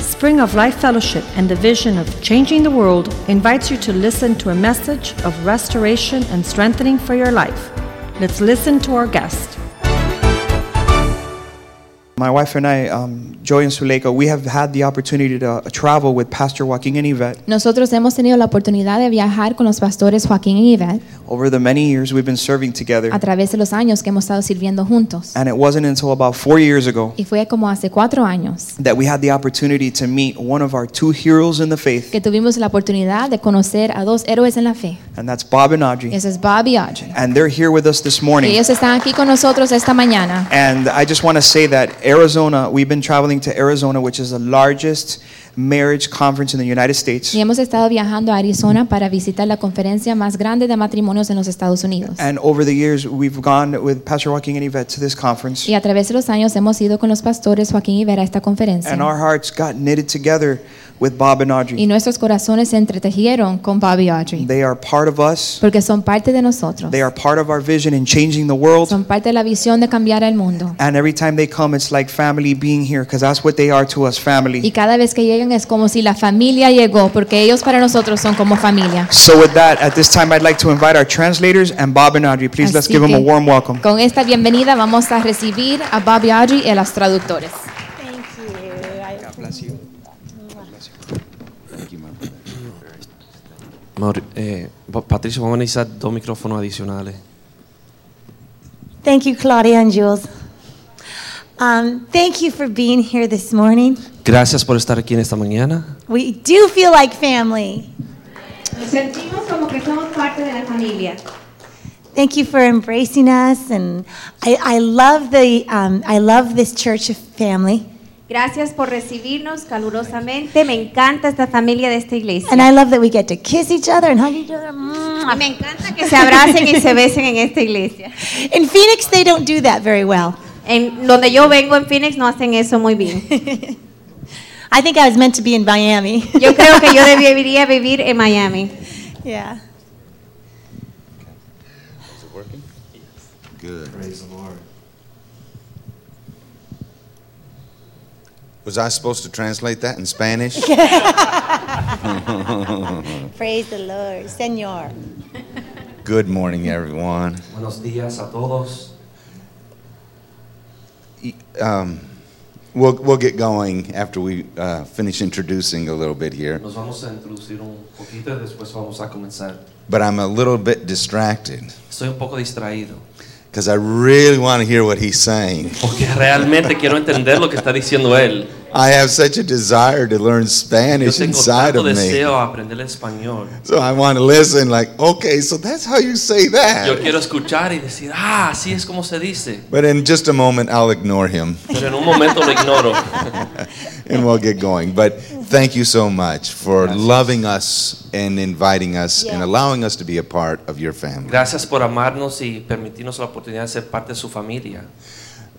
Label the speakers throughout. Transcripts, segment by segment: Speaker 1: Spring of Life Fellowship and the vision of changing the world invites you to listen to a message of restoration and strengthening for your life. Let's listen to our guest.
Speaker 2: My wife and I, um, Joy and Suleika, we have had the opportunity to uh, travel with Pastor Joaquin and Yvette.
Speaker 3: Nosotros hemos tenido la oportunidad de viajar con los pastores Joaquín y Yvette
Speaker 2: Over the many years we've been serving together,
Speaker 3: a través de los años que hemos estado sirviendo juntos.
Speaker 2: and it wasn't until about four years ago
Speaker 3: Y fue como hace cuatro años
Speaker 2: that we had the opportunity to meet one of our two heroes in the faith,
Speaker 3: que tuvimos la oportunidad de conocer a dos héroes en la fe.
Speaker 2: and that's Bob and Audrey.
Speaker 3: Eso es Bob y Audrey.
Speaker 2: And they're here with us this
Speaker 3: Y
Speaker 2: morning.
Speaker 3: ellos están aquí con nosotros esta mañana.
Speaker 2: And I just want to say that Arizona, we've been traveling to Arizona, which is the largest marriage conference in the United States.
Speaker 3: Y hemos estado viajando a Arizona para visitar la conferencia más grande de matrimonios en los Estados Unidos.
Speaker 2: And over the years, we've gone with Pastor Joaquin and Yvette to this conference.
Speaker 3: Y a través de los años hemos ido con los pastores Joaquín y Vera a esta conferencia.
Speaker 2: And our hearts got knitted together with Bob and
Speaker 3: Y
Speaker 2: Audrey.
Speaker 3: nuestros corazones se entretejieron con Bob y Audrey,
Speaker 2: They are part of us.
Speaker 3: porque son parte de nosotros.
Speaker 2: They are part of our vision in changing the world.
Speaker 3: Son parte de la visión de cambiar el mundo.
Speaker 2: And every time they come, it's like family being here because that's what they are to us
Speaker 3: Y
Speaker 2: family.
Speaker 3: cada vez que llegan es como si la familia llegó, porque ellos para nosotros son como familia.
Speaker 2: So, with that, at this time, I'd like to invite our translators and Bob and Audrey. Please let's
Speaker 3: Así
Speaker 2: give them a
Speaker 3: que,
Speaker 2: warm welcome.
Speaker 3: Con esta bienvenida vamos a recibir a Bob y Audrey y a los traductores.
Speaker 4: Thank you. I,
Speaker 2: Bless you.
Speaker 5: Mauri- eh, Bo- Patricio, vamos a necesitar dos micrófonos adicionales.
Speaker 4: thank you, Claudia and Jules. Um, thank you for being here this morning.
Speaker 5: Gracias por estar aquí en esta mañana.
Speaker 4: We do feel like family.
Speaker 6: Nos sentimos como que somos parte de la familia.
Speaker 4: Thank you for embracing us, and I, I love the um, I love this church of family,
Speaker 6: Gracias por recibirnos calurosamente. Me encanta esta familia de esta
Speaker 4: and
Speaker 6: iglesia.
Speaker 4: I love that we get to kiss each other and hug each other. Mwah.
Speaker 6: Y me encanta que se abracen y se besen en esta iglesia.
Speaker 4: In Phoenix, they don't do that very well.
Speaker 6: En donde yo vengo en Phoenix no hacen eso muy bien.
Speaker 4: I think I was meant to be in Miami.
Speaker 6: Yo creo que yo debería vivir en Miami.
Speaker 4: yeah.
Speaker 7: Was I supposed to translate that in Spanish?
Speaker 4: Praise the Lord, Senor.
Speaker 7: Good morning, everyone.
Speaker 5: Buenos días a todos.
Speaker 7: Um, we'll, we'll get going after we uh, finish introducing a little bit here.
Speaker 5: Nos vamos a introducir un poquito y después vamos a comenzar.
Speaker 7: But I'm a little bit distracted
Speaker 5: Estoy un poco distraído
Speaker 7: because I really want to hear what he's saying.
Speaker 5: porque realmente quiero entender lo que está diciendo él.
Speaker 7: I have such a desire to learn
Speaker 5: Yo
Speaker 7: Spanish
Speaker 5: tengo
Speaker 7: inside
Speaker 5: tanto
Speaker 7: of me.
Speaker 5: deseo a aprender el español.
Speaker 7: So I want to listen, like, okay, so that's how you say
Speaker 5: Yo
Speaker 7: that.
Speaker 5: quiero escuchar y decir, ah, así es como se dice.
Speaker 7: But in just a moment, I'll ignore him
Speaker 5: Pero en un momento lo ignoro.
Speaker 7: and we'll get going. But thank you so much for loving us and inviting us and
Speaker 4: Yeah.
Speaker 7: allowing us to be a part of your family.
Speaker 5: Gracias por amarnos y permitirnos la oportunidad de ser parte de su familia.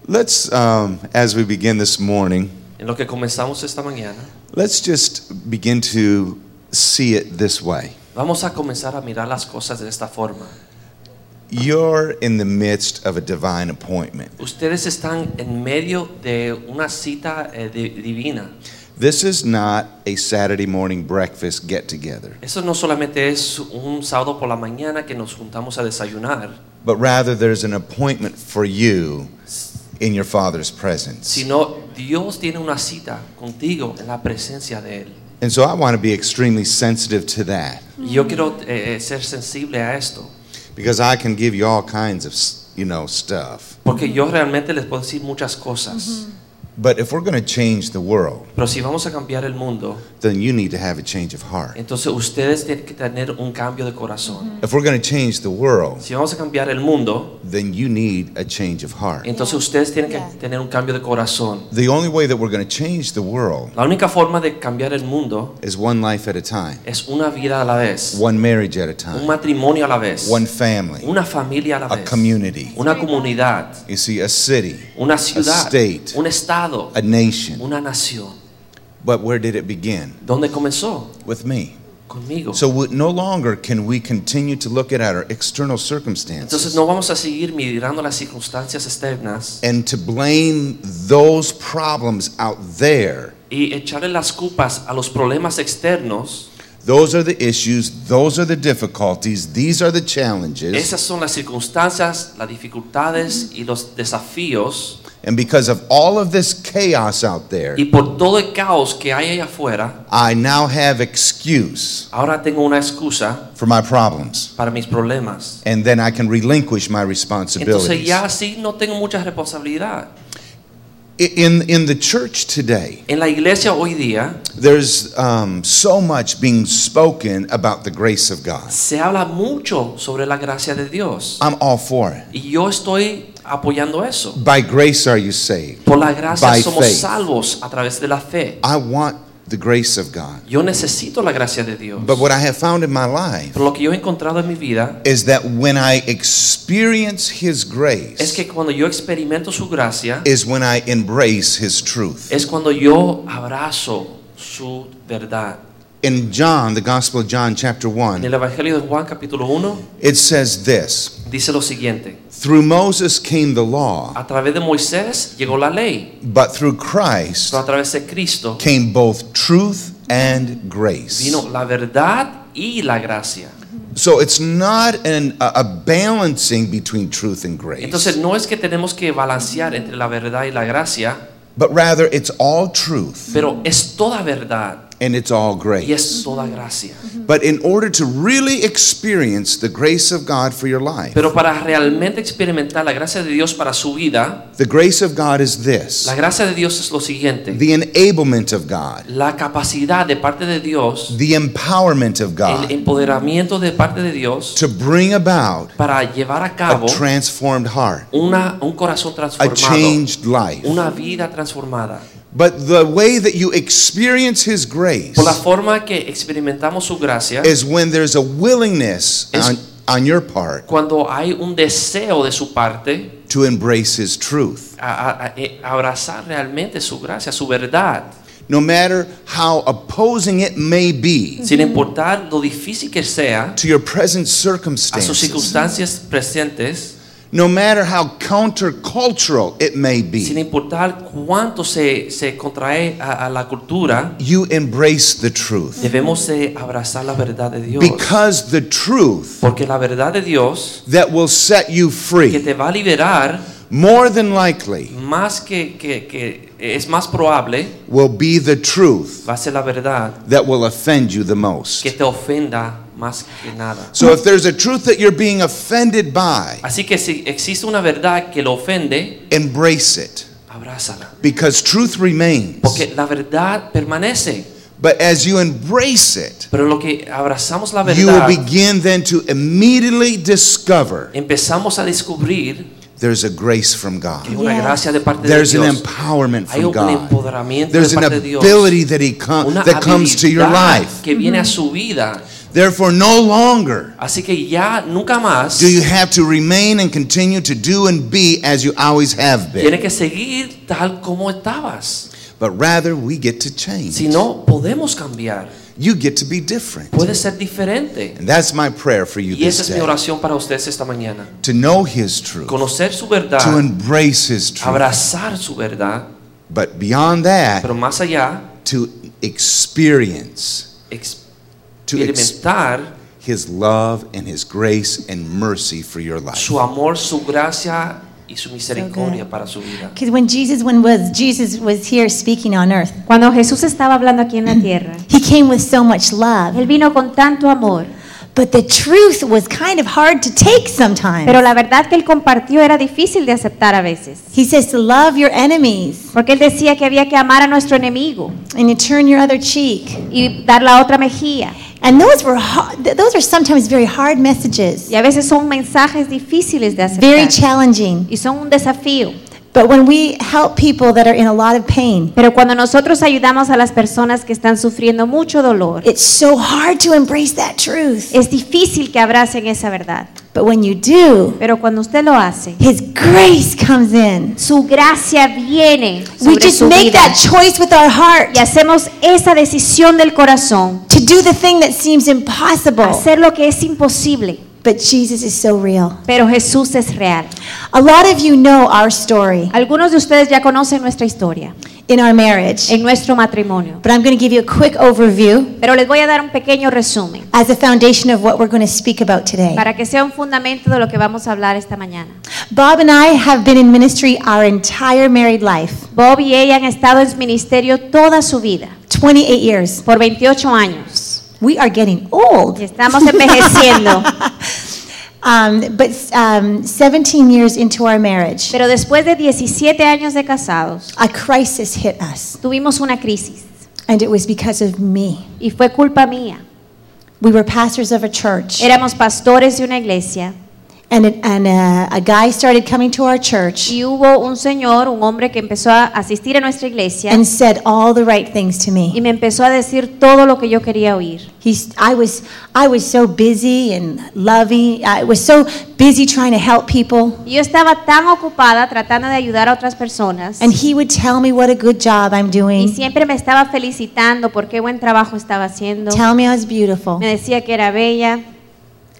Speaker 7: Let's, um, as we begin this morning,
Speaker 5: En lo que comenzamos esta mañana,
Speaker 7: let's just begin to see it this way.
Speaker 5: vamos a comenzar a mirar las cosas de esta forma.
Speaker 7: You're in the midst of a divine appointment.
Speaker 5: Ustedes están en medio de una cita eh, di- divina.
Speaker 7: This is not a Saturday morning breakfast get together,
Speaker 5: Eso no solamente es un sábado por la mañana que nos juntamos a desayunar,
Speaker 7: but rather there's an appointment for you in your Father's presence.
Speaker 5: sino Dios tiene una cita contigo en la presencia de Él.
Speaker 7: And so I want to be extremely sensitive to that
Speaker 5: Y yo quiero eh, eh, ser sensible a esto,
Speaker 7: because I can give you all kinds of, s- you know, stuff.
Speaker 5: porque yo realmente les puedo decir muchas cosas,
Speaker 7: But if we're going to change the world,
Speaker 5: pero si vamos a cambiar el mundo,
Speaker 7: then you need to have a change of heart.
Speaker 5: entonces ustedes tienen que tener un cambio de corazón.
Speaker 7: If we're going to change the world,
Speaker 5: Si vamos a cambiar el mundo,
Speaker 7: then you need a change of heart.
Speaker 5: entonces ustedes tienen que
Speaker 4: Yeah.
Speaker 5: tener un cambio de corazón.
Speaker 7: The only way that we're going to change the world
Speaker 5: La única forma de cambiar el mundo
Speaker 7: is one life at a time,
Speaker 5: es una vida a la vez.
Speaker 7: one marriage at a
Speaker 5: un
Speaker 7: time,
Speaker 5: matrimonio a la vez,
Speaker 7: one family,
Speaker 5: una familia a la
Speaker 7: a
Speaker 5: vez,
Speaker 7: community.
Speaker 5: una comunidad,
Speaker 7: You see, a city,
Speaker 5: una ciudad,
Speaker 7: state.
Speaker 5: un estado,
Speaker 7: a nation.
Speaker 5: una nación.
Speaker 7: But where did it begin?
Speaker 5: ¿Dónde comenzó?
Speaker 7: With me.
Speaker 5: Conmigo.
Speaker 7: So we, no longer can we continue to look at our external
Speaker 5: Entonces
Speaker 7: circumstances
Speaker 5: no vamos a seguir mirando las circunstancias externas
Speaker 7: and to blame those problems out there
Speaker 5: y echarle las culpas a los problemas externos,
Speaker 7: Those are the issues, those are the difficulties, these are the challenges.
Speaker 5: esas son las circunstancias, las dificultades y los desafíos.
Speaker 7: And because of all of this chaos out there,
Speaker 5: Y por todo el caos que hay allá afuera,
Speaker 7: I now have excuse
Speaker 5: ahora tengo una excusa
Speaker 7: for my problems.
Speaker 5: para mis problemas.
Speaker 7: And then I can relinquish my
Speaker 5: Entonces
Speaker 7: responsibilities.
Speaker 5: ya así no tengo mucha responsabilidad.
Speaker 7: In, in the church today,
Speaker 5: En la iglesia hoy día
Speaker 7: there's um, so much being spoken about the grace of God.
Speaker 5: se habla mucho sobre la gracia de Dios.
Speaker 7: I'm all for it.
Speaker 5: Y yo estoy apoyando eso.
Speaker 7: By grace are you saved.
Speaker 5: Por la gracia
Speaker 7: By
Speaker 5: somos
Speaker 7: faith.
Speaker 5: salvos a través de la fe.
Speaker 7: I want the grace of God.
Speaker 5: Yo necesito la gracia de Dios.
Speaker 7: But what I have found in my life
Speaker 5: Pero lo que yo he encontrado en mi vida
Speaker 7: is that when I experience His
Speaker 5: es
Speaker 7: grace,
Speaker 5: que cuando yo experimento su gracia,
Speaker 7: is when I embrace His truth.
Speaker 5: es cuando yo abrazo su verdad.
Speaker 7: In John, the Gospel of John, chapter
Speaker 5: En
Speaker 7: 1,
Speaker 5: el Evangelio de Juan capítulo 1
Speaker 7: it says this
Speaker 5: dice lo siguiente.
Speaker 7: Through Moses came the law,
Speaker 5: A través de Moisés llegó la ley,
Speaker 7: but through Christ
Speaker 5: pero a través de Cristo
Speaker 7: came both truth and grace.
Speaker 5: vino la verdad y la gracia.
Speaker 7: So it's not an, a, a balancing between truth and
Speaker 5: Entonces
Speaker 7: grace,
Speaker 5: no es que tenemos que balancear entre la verdad y la gracia,
Speaker 7: but rather it's all truth
Speaker 5: pero es toda verdad
Speaker 7: and it's all
Speaker 5: y
Speaker 7: grace.
Speaker 5: es toda gracia.
Speaker 7: But in order to really experience the grace of God for your life,
Speaker 5: Pero para realmente experimentar la gracia de Dios para su vida,
Speaker 7: the grace of God is this
Speaker 5: la gracia de Dios es lo siguiente.
Speaker 7: the enablement of God,
Speaker 5: La capacidad de parte de Dios,
Speaker 7: the empowerment of
Speaker 5: el
Speaker 7: God
Speaker 5: empoderamiento de parte de Dios
Speaker 7: Ah. to bring about
Speaker 5: para llevar a
Speaker 7: a
Speaker 5: cabo
Speaker 7: transformed heart,
Speaker 5: una, un corazón
Speaker 7: a
Speaker 5: transformado,
Speaker 7: changed life.
Speaker 5: una vida transformada.
Speaker 7: But the way that you experience His grace
Speaker 5: Por la forma que experimentamos su gracia,
Speaker 7: is when there's a willingness
Speaker 5: Es-
Speaker 7: on, on your part
Speaker 5: cuando hay un deseo de su parte
Speaker 7: to embrace His truth.
Speaker 5: a, a- a- eh, abrazar realmente su gracia, su verdad,
Speaker 7: no matter how opposing it may be
Speaker 5: sin importar lo difícil que sea
Speaker 7: to your present
Speaker 5: a sus
Speaker 7: circumstances,
Speaker 5: circunstancias presentes,
Speaker 7: no matter how countercultural it may
Speaker 5: sin
Speaker 7: be,
Speaker 5: importar cuánto se, se contrae a, a la cultura,
Speaker 7: you embrace the truth.
Speaker 5: debemos de abrazar la verdad de Dios.
Speaker 7: Because the truth
Speaker 5: Porque la verdad de Dios
Speaker 7: that will set you
Speaker 5: que
Speaker 7: free,
Speaker 5: te va a liberar
Speaker 7: more than likely,
Speaker 5: más que, que, que es más probable
Speaker 7: will be the truth
Speaker 5: va a ser la verdad
Speaker 7: that will offend you the
Speaker 5: que
Speaker 7: most.
Speaker 5: te ofenda más que nada.
Speaker 7: So if there's a truth that you're being offended by,
Speaker 5: Así que si existe una verdad que lo ofende,
Speaker 7: embrace it.
Speaker 5: abrázala.
Speaker 7: Because truth remains.
Speaker 5: Porque la verdad permanece.
Speaker 7: But as you embrace it,
Speaker 5: Pero lo que abrazamos la
Speaker 7: you will
Speaker 5: verdad,
Speaker 7: begin then to immediately discover
Speaker 5: empezamos a descubrir
Speaker 7: There's a grace from
Speaker 5: que
Speaker 7: God.
Speaker 5: una
Speaker 4: Yes.
Speaker 5: gracia de parte de
Speaker 7: There's an
Speaker 5: Dios.
Speaker 7: empowerment
Speaker 5: Hay
Speaker 7: from
Speaker 5: un
Speaker 7: God.
Speaker 5: empoderamiento
Speaker 7: There's
Speaker 5: de
Speaker 7: an
Speaker 5: parte de Dios.
Speaker 7: ability that he com-
Speaker 5: Una
Speaker 7: that comes to your
Speaker 5: habilidad
Speaker 7: life.
Speaker 5: que viene a su vida.
Speaker 7: Therefore, no longer
Speaker 5: Así que ya nunca más
Speaker 7: do you have to remain and continue to do and be as you always have
Speaker 5: tiene
Speaker 7: been.
Speaker 5: que seguir tal como estabas.
Speaker 7: But rather, we get to change.
Speaker 5: Si no, podemos cambiar.
Speaker 7: You get to be different.
Speaker 5: Puede ser diferente.
Speaker 7: And that's my prayer for you
Speaker 5: Y esa es
Speaker 7: this
Speaker 5: mi
Speaker 7: day.
Speaker 5: oración para ustedes esta mañana.
Speaker 7: To know his truth,
Speaker 5: Conocer su
Speaker 7: to
Speaker 5: verdad,
Speaker 7: embrace his truth.
Speaker 5: abrazar su verdad,
Speaker 7: But beyond that,
Speaker 5: pero más allá,
Speaker 7: to experience, to experience
Speaker 5: experimentar
Speaker 7: his love and his grace and mercy for your life.
Speaker 5: su amor, su gracia y su misericordia para su vida.
Speaker 4: Because when Jesus, when was Jesus was here speaking on earth,
Speaker 6: Cuando Jesús estaba hablando aquí en la tierra,
Speaker 4: he came with so much love.
Speaker 6: Él vino con tanto amor,
Speaker 4: But the truth was kind of hard to take sometimes.
Speaker 6: pero la verdad que Él compartió era difícil de aceptar a veces.
Speaker 4: he says to love your enemies
Speaker 6: Porque Él decía que había que amar a nuestro enemigo
Speaker 4: and to turn your other cheek.
Speaker 6: y dar la otra mejilla.
Speaker 4: And those were hard, th- those are sometimes very hard messages,
Speaker 6: Y a veces son mensajes difíciles de
Speaker 4: very
Speaker 6: aceptar
Speaker 4: challenging.
Speaker 6: y son un desafío.
Speaker 4: But when we help people that are in a lot of pain,
Speaker 6: Pero cuando nosotros ayudamos a las personas que están sufriendo mucho dolor,
Speaker 4: it's so hard to embrace that truth.
Speaker 6: es difícil que abracen esa verdad.
Speaker 4: But when you do,
Speaker 6: Pero cuando usted lo hace,
Speaker 4: His grace comes in.
Speaker 6: su gracia viene
Speaker 4: We
Speaker 6: sobre
Speaker 4: just
Speaker 6: su
Speaker 4: make
Speaker 6: vida.
Speaker 4: that choice with our heart
Speaker 6: Y hacemos esa decisión del corazón,
Speaker 4: to do the thing that seems impossible.
Speaker 6: hacer lo que es imposible,
Speaker 4: but Jesus is so real.
Speaker 6: pero Jesús es real.
Speaker 4: A lot of you know our story
Speaker 6: Algunos de ustedes ya conocen nuestra historia
Speaker 4: in our marriage,
Speaker 6: en nuestro matrimonio,
Speaker 4: but I'm going to give you a quick overview
Speaker 6: pero les voy a dar un pequeño resumen
Speaker 4: as a foundation of what we're going to speak about today.
Speaker 6: para que sea un fundamento de lo que vamos a hablar esta mañana.
Speaker 4: Bob and I have been in ministry our entire married life
Speaker 6: Bob y ella han estado en ministerio toda su vida,
Speaker 4: 28 years.
Speaker 6: por 28 años.
Speaker 4: We are getting old.
Speaker 6: Y estamos envejeciendo.
Speaker 4: Um, but um, 17 years into our marriage,
Speaker 6: Pero después de 17 años de casados,
Speaker 4: a crisis hit us,
Speaker 6: tuvimos una crisis
Speaker 4: and it was because of me.
Speaker 6: y fue culpa mía.
Speaker 4: We were pastors of a church,
Speaker 6: Éramos pastores de una iglesia
Speaker 4: and, it, and uh, a guy started coming to our church
Speaker 6: y hubo un señor, un hombre que empezó a asistir a nuestra iglesia
Speaker 4: and said all the right things to
Speaker 6: y
Speaker 4: me.
Speaker 6: me empezó a decir todo lo que yo quería oír.
Speaker 4: He's, I, was, I was so busy and loving, I was so busy trying to help people,
Speaker 6: Y Yo estaba tan ocupada tratando de ayudar a otras personas
Speaker 4: and he would tell me what a good job I'm
Speaker 6: y
Speaker 4: doing,
Speaker 6: siempre me estaba felicitando por qué buen trabajo estaba haciendo.
Speaker 4: tell me I was beautiful.
Speaker 6: Me decía que era bella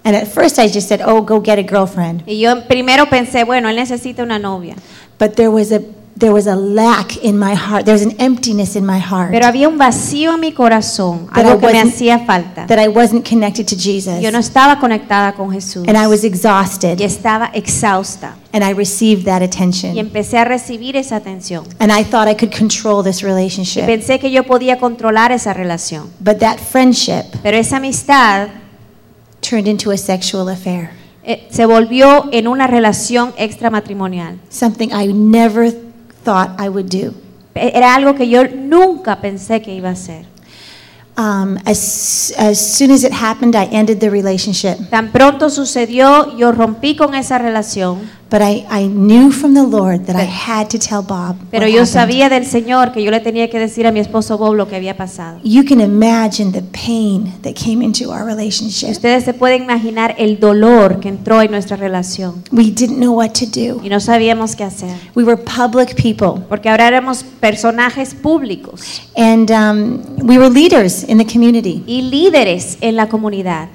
Speaker 4: And at first I just said, oh, go get a girlfriend.
Speaker 6: y yo primero pensé, bueno, él necesita una novia.
Speaker 4: But there was a there was a lack in my heart. There was an emptiness in my heart
Speaker 6: Pero había un vacío en mi corazón,
Speaker 4: That I
Speaker 6: algo que me
Speaker 4: wasn't-
Speaker 6: hacía falta.
Speaker 4: that I wasn't connected to Jesus.
Speaker 6: Yo no estaba conectada con Jesús
Speaker 4: and I was exhausted.
Speaker 6: y estaba exhausta
Speaker 4: And I received that attention.
Speaker 6: y empecé a recibir esa atención.
Speaker 4: And I thought I could control this
Speaker 6: Y
Speaker 4: relationship.
Speaker 6: pensé que yo podía controlar esa relación,
Speaker 4: But that friendship
Speaker 6: pero esa amistad
Speaker 4: turned into a sexual affair.
Speaker 6: eh, se volvió en una relación extramatrimonial.
Speaker 4: Something I never thought I would do.
Speaker 6: E- Era algo que yo nunca pensé que iba a hacer.
Speaker 4: Um, as, as soon as it happened, I ended the relationship.
Speaker 6: Tan pronto sucedió, yo rompí con esa relación,
Speaker 4: But I, I knew from the Lord that I had to tell Bob. what
Speaker 6: pero yo
Speaker 4: happened.
Speaker 6: sabía del Señor que yo le tenía que decir a mi esposo Bob lo que había pasado.
Speaker 4: You can imagine the pain that came into our relationship.
Speaker 6: Ustedes se pueden imaginar el dolor que entró en nuestra relación
Speaker 4: We didn't know what to do.
Speaker 6: y no sabíamos qué hacer.
Speaker 4: We were public people,
Speaker 6: Porque ahora éramos personajes públicos
Speaker 4: and um, we were leaders in the community.
Speaker 6: y líderes en la comunidad.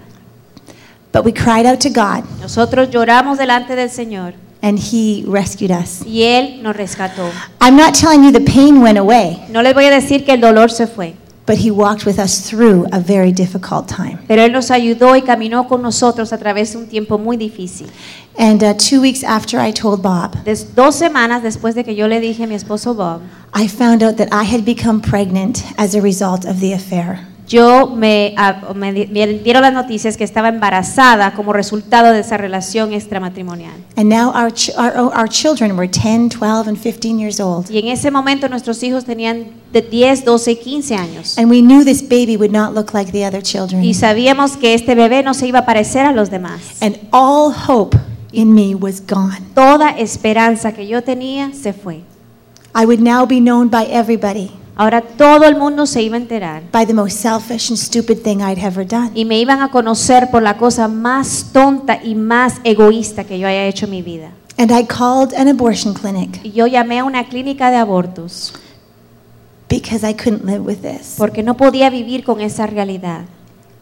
Speaker 4: But we cried out to God,
Speaker 6: Nosotros lloramos delante del Señor
Speaker 4: and He rescued us.
Speaker 6: y Él nos rescató.
Speaker 4: I'm not telling you the pain went away,
Speaker 6: No les voy a decir que el dolor se fue,
Speaker 4: but He walked with us through a very difficult time.
Speaker 6: pero Él nos ayudó y caminó con nosotros a través de un tiempo muy difícil.
Speaker 4: And uh, two weeks after I told Bob,
Speaker 6: Des- dos semanas después de que yo le dije a mi esposo Bob,
Speaker 4: I found out that I had become pregnant as a result of the affair.
Speaker 6: yo me, ah, me di- me dieron las noticias que estaba embarazada como resultado de esa relación extramatrimonial.
Speaker 4: And now our, ch- our, oh, our children were 10, 12, and 15 years old.
Speaker 6: Y en ese momento nuestros hijos tenían de 10, 12 y 15 años.
Speaker 4: And we knew this baby would not look like the other children.
Speaker 6: Y sabíamos que este bebé no se iba a parecer a los demás.
Speaker 4: And all hope in me was gone.
Speaker 6: Toda esperanza que yo tenía se fue.
Speaker 4: I would now be known by everybody
Speaker 6: Ahora todo el mundo se iba a enterar
Speaker 4: by the most selfish and stupid thing I'd ever done.
Speaker 6: y me iban a conocer por la cosa más tonta y más egoísta que yo haya hecho en mi vida.
Speaker 4: And I called an abortion clinic
Speaker 6: Y yo llamé a una clínica de abortos
Speaker 4: because I couldn't live with this.
Speaker 6: porque no podía vivir con esa realidad.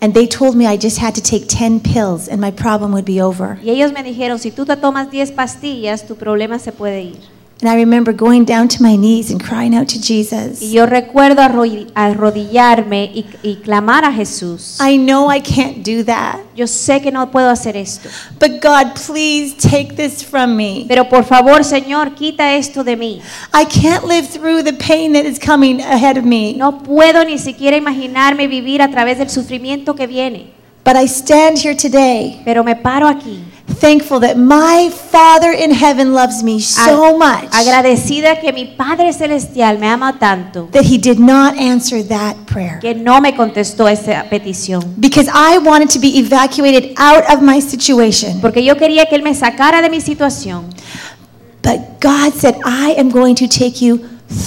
Speaker 4: And they told me I just had to take 10 pills and my problem would be over.
Speaker 6: Y ellos me dijeron, si tú te tomas 10 pastillas, tu problema se puede ir.
Speaker 4: And I remember going down to my knees and crying out to
Speaker 6: Y
Speaker 4: Jesus.
Speaker 6: yo recuerdo arro- arrodillarme y, y clamar a Jesús.
Speaker 4: I know I can't do that,
Speaker 6: Yo sé que no puedo hacer esto.
Speaker 4: but God, please take this from me.
Speaker 6: Pero por favor, Señor, quita esto de mí.
Speaker 4: I can't live through the pain that is coming ahead of me.
Speaker 6: No puedo ni siquiera imaginarme vivir a través del sufrimiento que viene.
Speaker 4: But I stand here today
Speaker 6: Pero me paro aquí,
Speaker 4: thankful that my Father in heaven loves me so much
Speaker 6: agradecida que mi Padre Celestial me ama tanto,
Speaker 4: that He did not answer that prayer.
Speaker 6: que no me contestó esa petición.
Speaker 4: Because I wanted to be evacuated out of my situation.
Speaker 6: Porque yo quería que Él me sacara de mi situación.
Speaker 4: But God said, I am going to take you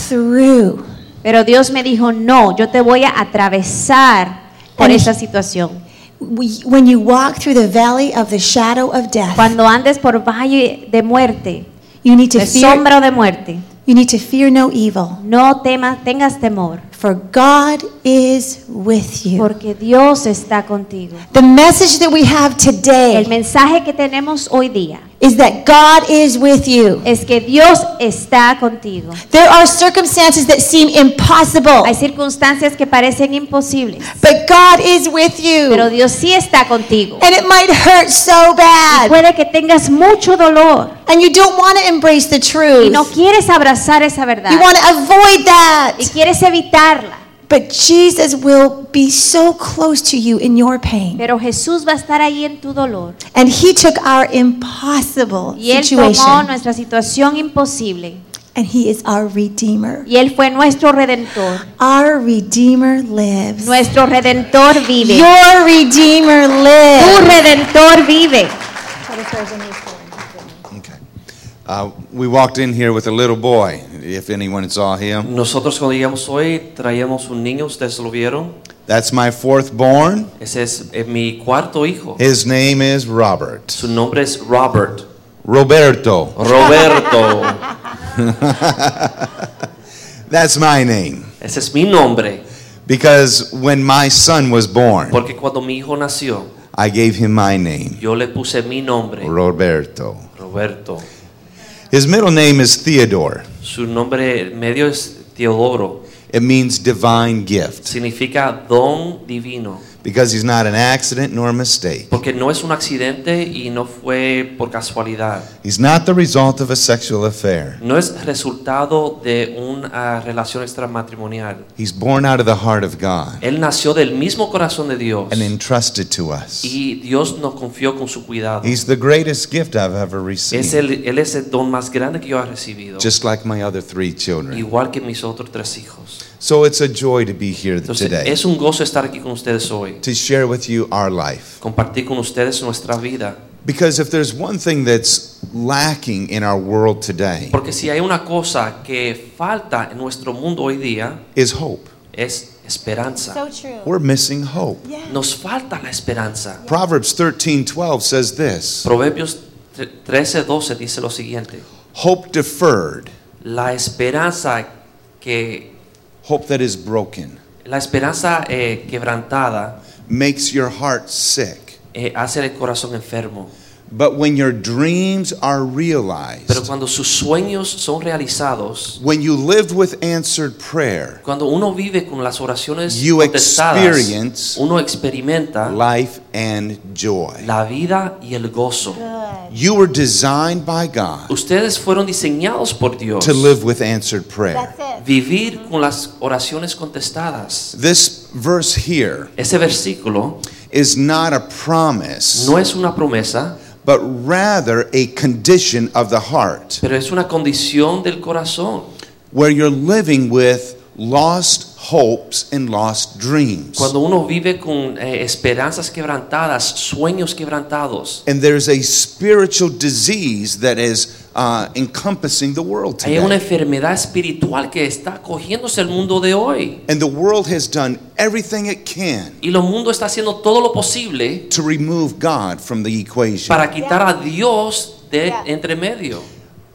Speaker 4: through.
Speaker 6: Pero Dios me dijo, no, yo te voy a atravesar por
Speaker 4: And-
Speaker 6: esa situación.
Speaker 4: We- When you walk through the valley of the shadow of death,
Speaker 6: Cuando andes por valle de muerte,
Speaker 4: you need to
Speaker 6: de
Speaker 4: fear,
Speaker 6: sombra o de muerte,
Speaker 4: you need to fear no evil,
Speaker 6: no temas, tengas temor.
Speaker 4: For God is with you.
Speaker 6: porque Dios está contigo.
Speaker 4: The message that we have
Speaker 6: El
Speaker 4: today
Speaker 6: mensaje que tenemos hoy día
Speaker 4: is that God is with you.
Speaker 6: es que Dios está contigo.
Speaker 4: There are circumstances that seem impossible,
Speaker 6: Hay circunstancias que parecen imposibles,
Speaker 4: but God is with you.
Speaker 6: pero Dios sí está contigo.
Speaker 4: And it might hurt so bad,
Speaker 6: Puede que tengas mucho dolor
Speaker 4: and you don't want to embrace the
Speaker 6: y
Speaker 4: truth.
Speaker 6: no quieres abrazar esa verdad
Speaker 4: You want to avoid
Speaker 6: y
Speaker 4: that.
Speaker 6: quieres evitarla,
Speaker 4: But Jesus will be so close to you in your pain.
Speaker 6: pero Jesús va a estar ahí en tu dolor
Speaker 4: And he took our impossible
Speaker 6: y Él tomó
Speaker 4: situation,
Speaker 6: nuestra situación imposible
Speaker 4: and he is our Redeemer.
Speaker 6: y Él fue nuestro redentor.
Speaker 4: Our Redeemer lives.
Speaker 6: Nuestro redentor vive.
Speaker 4: Your Redeemer
Speaker 6: Tu
Speaker 4: lives.
Speaker 6: redentor vive.
Speaker 7: Okay. Uh, we walked in here with a little boy, if anyone saw him.
Speaker 5: Nosotros cuando llegamos hoy traíamos un niño, ustedes lo vieron.
Speaker 7: That's my fourth born.
Speaker 5: Ese es eh, mi cuarto hijo.
Speaker 7: His name is Robert.
Speaker 5: Su nombre es Robert.
Speaker 7: Roberto.
Speaker 5: Roberto.
Speaker 7: That's my name.
Speaker 5: Ese es mi nombre.
Speaker 7: Because when my son was born,
Speaker 5: Porque cuando mi hijo nació,
Speaker 7: I gave him my name,
Speaker 5: yo le puse mi nombre,
Speaker 7: Roberto.
Speaker 5: Roberto.
Speaker 7: His middle name is Theodore.
Speaker 5: Su nombre medio es Teodoro.
Speaker 7: It means divine gift
Speaker 5: Significa don divino.
Speaker 7: because he's not an accident nor a mistake.
Speaker 5: Porque no es un accidente y no fue por casualidad.
Speaker 7: He's not the result of a sexual affair.
Speaker 5: No es resultado de una relación extramatrimonial.
Speaker 7: He's born out of the heart of God
Speaker 5: Él nació del mismo corazón de Dios.
Speaker 7: and entrusted to us.
Speaker 5: Y Dios nos confió con su cuidado.
Speaker 7: He's the greatest gift I've ever
Speaker 5: Es
Speaker 7: received,
Speaker 5: el, él es el don más grande que yo he recibido.
Speaker 7: just like my other three children.
Speaker 5: Igual que mis otros tres hijos.
Speaker 7: So it's a joy to be here
Speaker 5: Entonces,
Speaker 7: today
Speaker 5: es un gozo estar aquí con ustedes hoy.
Speaker 7: to share with you our life.
Speaker 5: Compartir con ustedes nuestra vida.
Speaker 7: Because if there's one thing that's lacking in our world today,
Speaker 5: Porque si hay una cosa que falta en nuestro mundo hoy día,
Speaker 7: is hope.
Speaker 5: es esperanza.
Speaker 7: We're missing hope.
Speaker 5: Nos falta la esperanza.
Speaker 7: Proverbs 13:12 says this,
Speaker 5: Proverbios 13:12 dice lo siguiente.
Speaker 7: hope deferred,
Speaker 5: La esperanza que
Speaker 7: hope that is broken,
Speaker 5: la esperanza eh, quebrantada
Speaker 7: makes your heart sick.
Speaker 5: eh, hace el corazón enfermo.
Speaker 7: But when your dreams are
Speaker 5: Pero
Speaker 7: realized,
Speaker 5: cuando sus sueños son realizados,
Speaker 7: when you live with answered prayer,
Speaker 5: cuando uno vive con las oraciones
Speaker 7: You
Speaker 5: contestadas,
Speaker 7: experience
Speaker 5: uno experimenta
Speaker 7: life and joy.
Speaker 5: la vida y el gozo.
Speaker 7: You were designed by God
Speaker 5: Ustedes fueron diseñados por Dios
Speaker 7: to live with answered prayer.
Speaker 5: vivir con las oraciones contestadas.
Speaker 7: This verse here
Speaker 5: Ese versículo
Speaker 7: is not a promise,
Speaker 5: no es una promesa,
Speaker 7: but rather a condition of the heart
Speaker 5: pero es una condición del corazón.
Speaker 7: where you're living with lost hopes and lost dreams.
Speaker 5: Cuando uno vive con eh, esperanzas quebrantadas, sueños quebrantados,
Speaker 7: And there's a spiritual disease that is uh, encompassing the world
Speaker 5: hay una
Speaker 7: today.
Speaker 5: enfermedad espiritual que está cogiéndose el mundo de hoy.
Speaker 7: And the world has done everything it can
Speaker 5: Y el mundo está haciendo todo lo posible
Speaker 7: to remove God from the equation.
Speaker 5: para quitar a Dios de entre medio.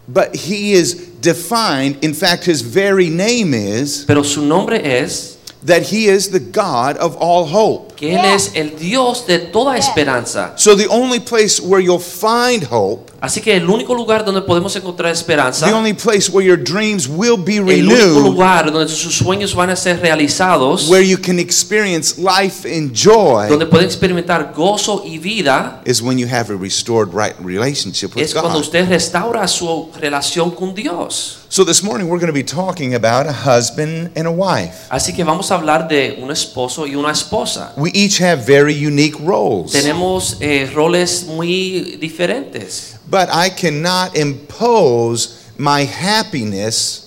Speaker 7: But he is defined, in fact, his very name is
Speaker 5: Pero su nombre es
Speaker 7: that he is the God of all hope.
Speaker 5: que Él es el Dios de toda esperanza.
Speaker 7: So the only place where you'll find hope,
Speaker 5: Así que el único lugar donde podemos encontrar esperanza
Speaker 7: the only place where your dreams will be
Speaker 5: el único
Speaker 7: renewed,
Speaker 5: lugar donde sus sueños van a ser realizados,
Speaker 7: where you can experience life and joy,
Speaker 5: donde pueden experimentar gozo y vida,
Speaker 7: is when you have a restored right relationship with
Speaker 5: es cuando
Speaker 7: Pues God.
Speaker 5: usted restaura su relación con Dios.
Speaker 7: So this morning we're going to be talking about a husband and a wife.
Speaker 5: Así que vamos a hablar de un esposo y una esposa.
Speaker 7: We each have very unique roles,
Speaker 5: Tenemos eh, roles muy diferentes,
Speaker 7: but I cannot impose my happiness.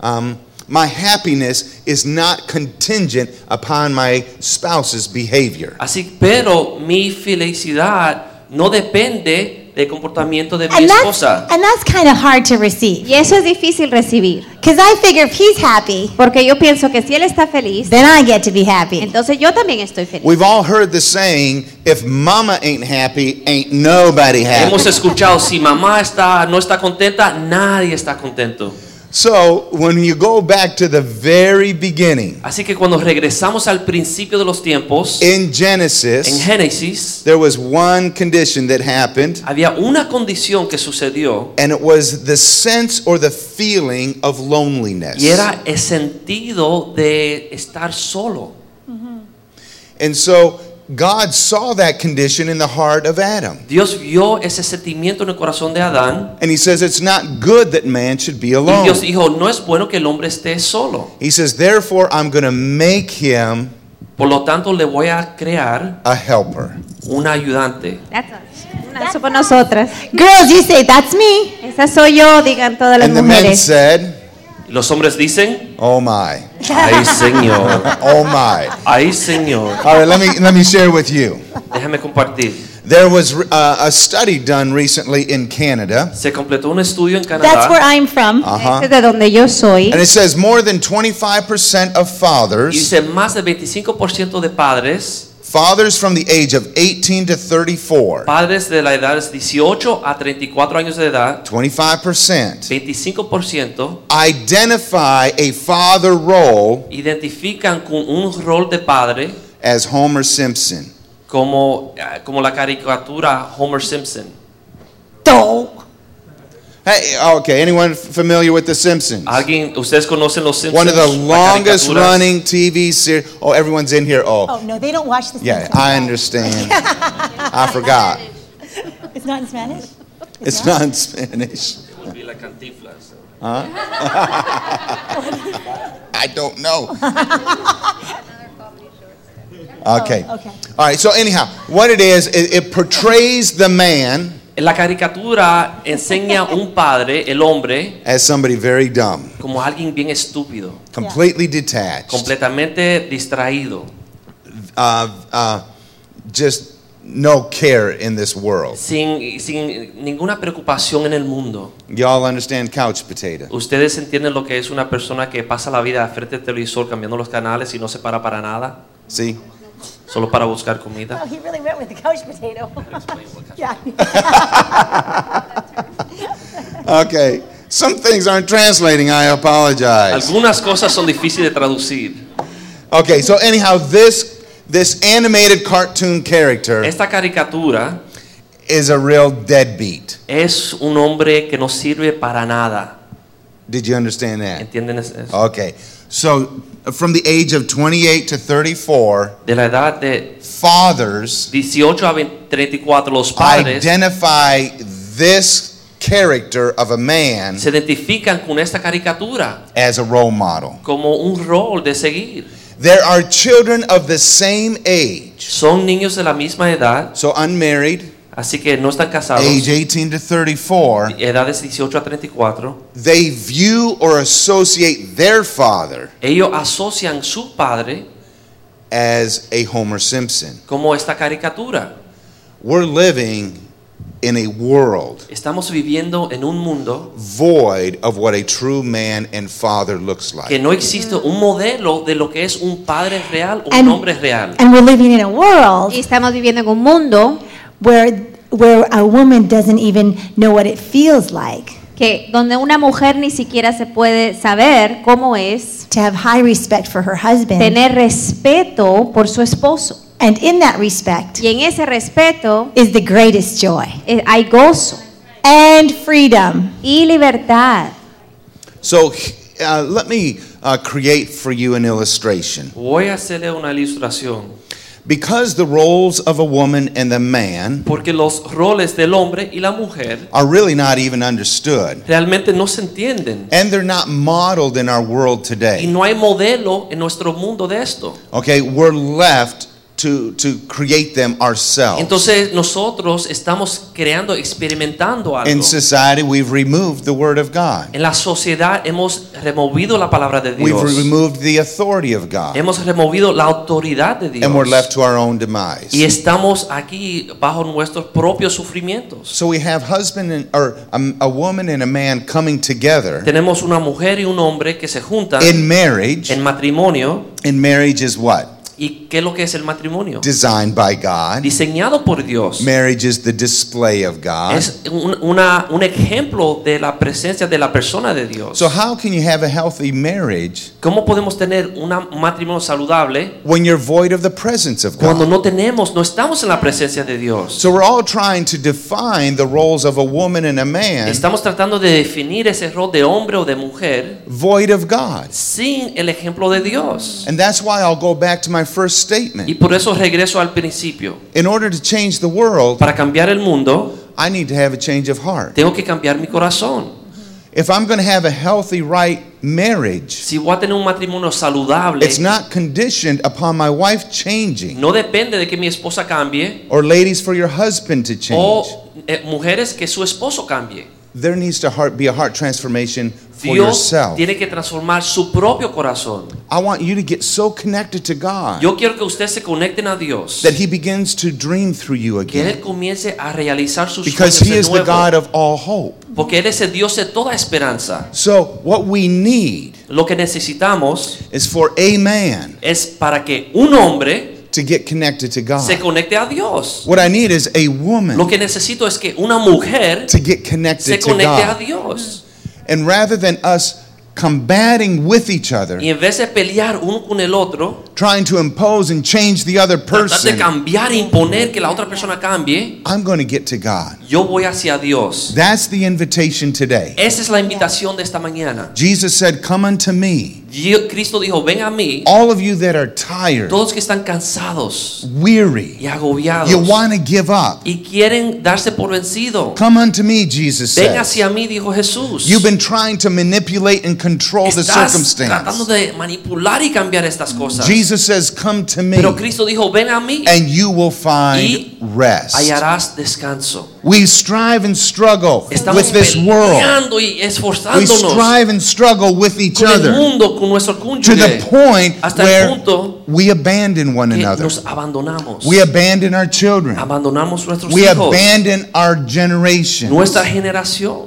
Speaker 7: Um, my happiness is not contingent upon my spouse's behavior.
Speaker 5: así pero mi felicidad no depende del comportamiento de mi
Speaker 4: And that's,
Speaker 5: esposa.
Speaker 4: and that's kind of hard to receive.
Speaker 6: Y eso es difícil recibir,
Speaker 4: Because I figure if he's happy,
Speaker 6: porque yo pienso que si Él está feliz,
Speaker 4: then I get to be happy.
Speaker 6: entonces yo también estoy feliz.
Speaker 7: We've all heard the saying, if mama ain't happy, ain't nobody happy.
Speaker 5: Hemos escuchado si mamá está no está contenta, nadie está contento.
Speaker 7: So when you go back to the very beginning,
Speaker 5: Así que cuando regresamos al principio de los tiempos,
Speaker 7: in
Speaker 5: en
Speaker 7: Genesis,
Speaker 5: Génesis,
Speaker 7: there was one condition that happened,
Speaker 5: había una condición que sucedió
Speaker 7: and it was the sense or the feeling of loneliness.
Speaker 5: y era el sentido de estar solo.
Speaker 7: And so God saw that condition in the heart of Adam.
Speaker 5: Dios vio ese sentimiento en el corazón de Adán
Speaker 7: And he says it's not good that man should be
Speaker 5: y
Speaker 7: alone.
Speaker 5: Dios dijo, no es bueno que el hombre esté solo.
Speaker 7: He says, therefore, I'm going to make him
Speaker 5: Por lo tanto, le voy a crear
Speaker 7: a helper.
Speaker 5: un ayudante.
Speaker 6: That's us. Eso por nosotras.
Speaker 4: Girls, you say, that's me.
Speaker 6: Esa soy yo, digan todas las
Speaker 7: And the men
Speaker 6: mujeres.
Speaker 7: said,
Speaker 5: Y los hombres dicen,
Speaker 7: oh my,
Speaker 5: ay Señor,
Speaker 7: oh my.
Speaker 5: ay Señor,
Speaker 7: All right, let me, let me share with you.
Speaker 5: déjame compartir.
Speaker 7: There was uh, a study done recently in Canada,
Speaker 5: Se completó un estudio en
Speaker 4: That's where
Speaker 5: Canadá
Speaker 4: I'm from.
Speaker 6: Este es de donde yo soy.
Speaker 7: and it says more than 25% of
Speaker 5: y
Speaker 7: fathers,
Speaker 5: dice más del 25% de padres,
Speaker 7: fathers from the age of 18 to 34,
Speaker 5: padres de la edad 18 a 34 años de edad,
Speaker 7: 25%
Speaker 5: 25%
Speaker 7: identify a father role
Speaker 5: identifican con un rol de padre
Speaker 7: as Homer Simpson.
Speaker 5: como, eh, como la caricatura Homer Simpson.
Speaker 7: Hey, okay, anyone familiar with The Simpsons?
Speaker 5: ¿Alguien, ustedes conocen los Simpsons?
Speaker 7: One of
Speaker 5: Las
Speaker 7: the longest
Speaker 5: caricaturas.
Speaker 7: running TV series. Oh, everyone's in here. Oh,
Speaker 4: Oh, no, they don't watch this.
Speaker 7: yeah, I understand. I forgot.
Speaker 4: It's not in Spanish?
Speaker 7: It's not in Spanish.
Speaker 5: Y la Cantinflas.
Speaker 7: I don't know. Okay.
Speaker 4: Oh, okay.
Speaker 7: All right. So anyhow, what it is, it, it portrays the man
Speaker 5: La caricatura enseña a un padre, el hombre,
Speaker 7: as somebody very dumb,
Speaker 5: como alguien bien estúpido,
Speaker 7: completely detached,
Speaker 5: completamente distraído,
Speaker 7: uh, uh, just no care in this world.
Speaker 5: sin, sin ninguna preocupación en el mundo.
Speaker 7: Y'all understand couch potato?
Speaker 5: ¿Ustedes entienden lo que es una persona que pasa la vida frente al televisor cambiando los canales y no se para para nada,
Speaker 7: See,
Speaker 5: solo para buscar comida?
Speaker 4: Oh, he really went with the couch potato. yeah.
Speaker 7: Okay. Some things aren't translating. I apologize.
Speaker 5: Algunas cosas son difíciles de traducir.
Speaker 7: Okay. So anyhow, this this animated cartoon character
Speaker 5: Esta caricatura
Speaker 7: is a real deadbeat.
Speaker 5: es un hombre que no sirve para nada.
Speaker 7: Did you understand that?
Speaker 5: ¿Entienden es- eso?
Speaker 7: Okay. So from the age of 28 to 34,
Speaker 5: De la edad de
Speaker 7: fathers
Speaker 5: 18 a 20 34, los padres
Speaker 7: identify this character of a man
Speaker 5: se identifican con esta caricatura
Speaker 7: as a role model.
Speaker 5: como un rol de seguir.
Speaker 7: There are children of the same age.
Speaker 5: Son niños de la misma edad,
Speaker 7: So unmarried,
Speaker 5: así que no están casados.
Speaker 7: age 18 to 34,
Speaker 5: Edades 18 a 34.
Speaker 7: they view or associate their father
Speaker 5: Ellos asocian su padre
Speaker 7: as a Homer Simpson.
Speaker 5: como esta caricatura.
Speaker 7: We're living in a world
Speaker 5: Estamos viviendo en un mundo
Speaker 7: void of what a true man and father looks like.
Speaker 5: que no existe un modelo de lo que es un padre real, un
Speaker 4: And-
Speaker 5: hombre real.
Speaker 4: And we're living in a world
Speaker 6: Y estamos viviendo en un mundo
Speaker 4: where where a woman doesn't even know what it feels like
Speaker 6: que donde una mujer ni siquiera se puede saber cómo es
Speaker 4: to have high respect for her husband.
Speaker 6: tener respeto por su esposo.
Speaker 4: and in that respect
Speaker 6: Y en ese respeto
Speaker 4: is the greatest joy
Speaker 6: eh, hay gozo
Speaker 4: and freedom.
Speaker 6: y libertad.
Speaker 7: So uh, let me uh, create for you an illustration.
Speaker 5: Voy a hacerle una ilustración.
Speaker 7: Because the roles of a woman and a man
Speaker 5: Porque los roles del hombre y la mujer
Speaker 7: are really not even understood,
Speaker 5: realmente no se entienden.
Speaker 7: and they're not modeled in our world
Speaker 5: Y
Speaker 7: today,
Speaker 5: no hay modelo en nuestro mundo de esto.
Speaker 7: okay, we're left to, to create them ourselves.
Speaker 5: Entonces nosotros estamos creando, experimentando
Speaker 7: In
Speaker 5: algo.
Speaker 7: society, we've removed the Word of God,
Speaker 5: En la sociedad hemos removido la palabra de
Speaker 7: we've
Speaker 5: Dios.
Speaker 7: removed the authority of God,
Speaker 5: Hemos removido la autoridad de Dios.
Speaker 7: and we're left to our own
Speaker 5: Y
Speaker 7: demise.
Speaker 5: estamos aquí bajo nuestros propios sufrimientos.
Speaker 7: So we have husband and, or a, a woman and a man coming together
Speaker 5: Tenemos una mujer y un hombre que se juntan
Speaker 7: in marriage,
Speaker 5: en matrimonio.
Speaker 7: and marriage is what?
Speaker 5: ¿Y qué es lo que es el matrimonio?
Speaker 7: designed by God.
Speaker 5: Diseñado por Dios.
Speaker 7: Marriage is the display of God.
Speaker 5: Es un, una- un ejemplo de la presencia de la persona de Dios.
Speaker 7: So, how can you have a healthy marriage
Speaker 5: ¿Cómo podemos tener una- un matrimonio saludable
Speaker 7: when you're void of the presence of
Speaker 5: cuando
Speaker 7: God?
Speaker 5: no tenemos, no estamos en la presencia de Dios?
Speaker 7: So, we're all trying to define the roles of a woman and a man
Speaker 5: Estamos tratando de definir ese rol de hombre o de mujer
Speaker 7: void of God.
Speaker 5: sin el ejemplo de Dios.
Speaker 7: And that's why I'll go back to my first
Speaker 5: Y
Speaker 7: statement.
Speaker 5: por eso regreso al principio.
Speaker 7: In order to change the world,
Speaker 5: Para cambiar el mundo,
Speaker 7: I need to have a change of heart.
Speaker 5: tengo que cambiar mi corazón.
Speaker 7: If I'm going to have a healthy, right marriage,
Speaker 5: Si voy a tener un matrimonio saludable,
Speaker 7: it's not conditioned upon my wife changing
Speaker 5: no depende de que mi esposa cambie
Speaker 7: or ladies for your husband to change.
Speaker 5: o eh, mujeres que su esposo cambie.
Speaker 7: There needs to heart, be a heart transformation for
Speaker 5: Dios
Speaker 7: yourself.
Speaker 5: tiene que transformar su propio corazón.
Speaker 7: I want you to get so connected to God
Speaker 5: Yo quiero que ustedes se conecten a Dios.
Speaker 7: that He begins to dream through you
Speaker 5: Que Él
Speaker 7: again.
Speaker 5: comience a realizar sus
Speaker 7: Because
Speaker 5: sueños
Speaker 7: He
Speaker 5: de
Speaker 7: is the
Speaker 5: nuevo.
Speaker 7: God of all hope.
Speaker 5: Porque Él es el Dios de toda esperanza.
Speaker 7: So, what we need
Speaker 5: Lo que necesitamos
Speaker 7: is for a man
Speaker 5: es para que un hombre
Speaker 7: to get connected to
Speaker 5: se
Speaker 7: God.
Speaker 5: conecte a Dios.
Speaker 7: What I need is a
Speaker 5: Lo
Speaker 7: Ah. woman
Speaker 5: que necesito es que una mujer
Speaker 7: to get
Speaker 5: se
Speaker 7: connected to
Speaker 5: conecte a
Speaker 7: God.
Speaker 5: Dios.
Speaker 7: And rather than us combating with each other,
Speaker 5: Y en vez de pelear uno con el otro,
Speaker 7: trying to impose and change the other
Speaker 5: tratar de
Speaker 7: person,
Speaker 5: cambiar e imponer que la otra persona cambie,
Speaker 7: I'm going to get to God.
Speaker 5: yo voy hacia Dios.
Speaker 7: That's the invitation today.
Speaker 5: Esa es la invitación de esta mañana.
Speaker 7: Jesus said, Come unto me,
Speaker 5: Yo- Cristo dijo, ven a mí,
Speaker 7: all of you that are tired,
Speaker 5: todos que están cansados
Speaker 7: weary,
Speaker 5: y agobiados
Speaker 7: you want to give up.
Speaker 5: y quieren darse por vencido.
Speaker 7: Come unto me, Jesus
Speaker 5: Ven
Speaker 7: said.
Speaker 5: hacia mí, dijo Jesús.
Speaker 7: You've been trying to manipulate and control the
Speaker 5: Estás tratando
Speaker 7: circumstance.
Speaker 5: de manipular y cambiar estas cosas.
Speaker 7: Jesus says, Come to me,
Speaker 5: Pero Cristo dijo, ven a mí,
Speaker 7: and you will find
Speaker 5: Y
Speaker 7: rest.
Speaker 5: hallarás descanso.
Speaker 7: We strive and struggle
Speaker 5: Estamos
Speaker 7: with this world.
Speaker 5: peleando y
Speaker 7: We
Speaker 5: esforzándonos
Speaker 7: strive and struggle with each
Speaker 5: con el
Speaker 7: other
Speaker 5: mundo, con nuestro
Speaker 7: to the
Speaker 5: cónyuge,
Speaker 7: point
Speaker 5: hasta el
Speaker 7: where
Speaker 5: punto
Speaker 7: we abandon one
Speaker 5: que
Speaker 7: another.
Speaker 5: nos abandonamos.
Speaker 7: We abandon our children.
Speaker 5: Abandonamos nuestros
Speaker 7: We
Speaker 5: hijos,
Speaker 7: abandon our generation.
Speaker 5: nuestra generación.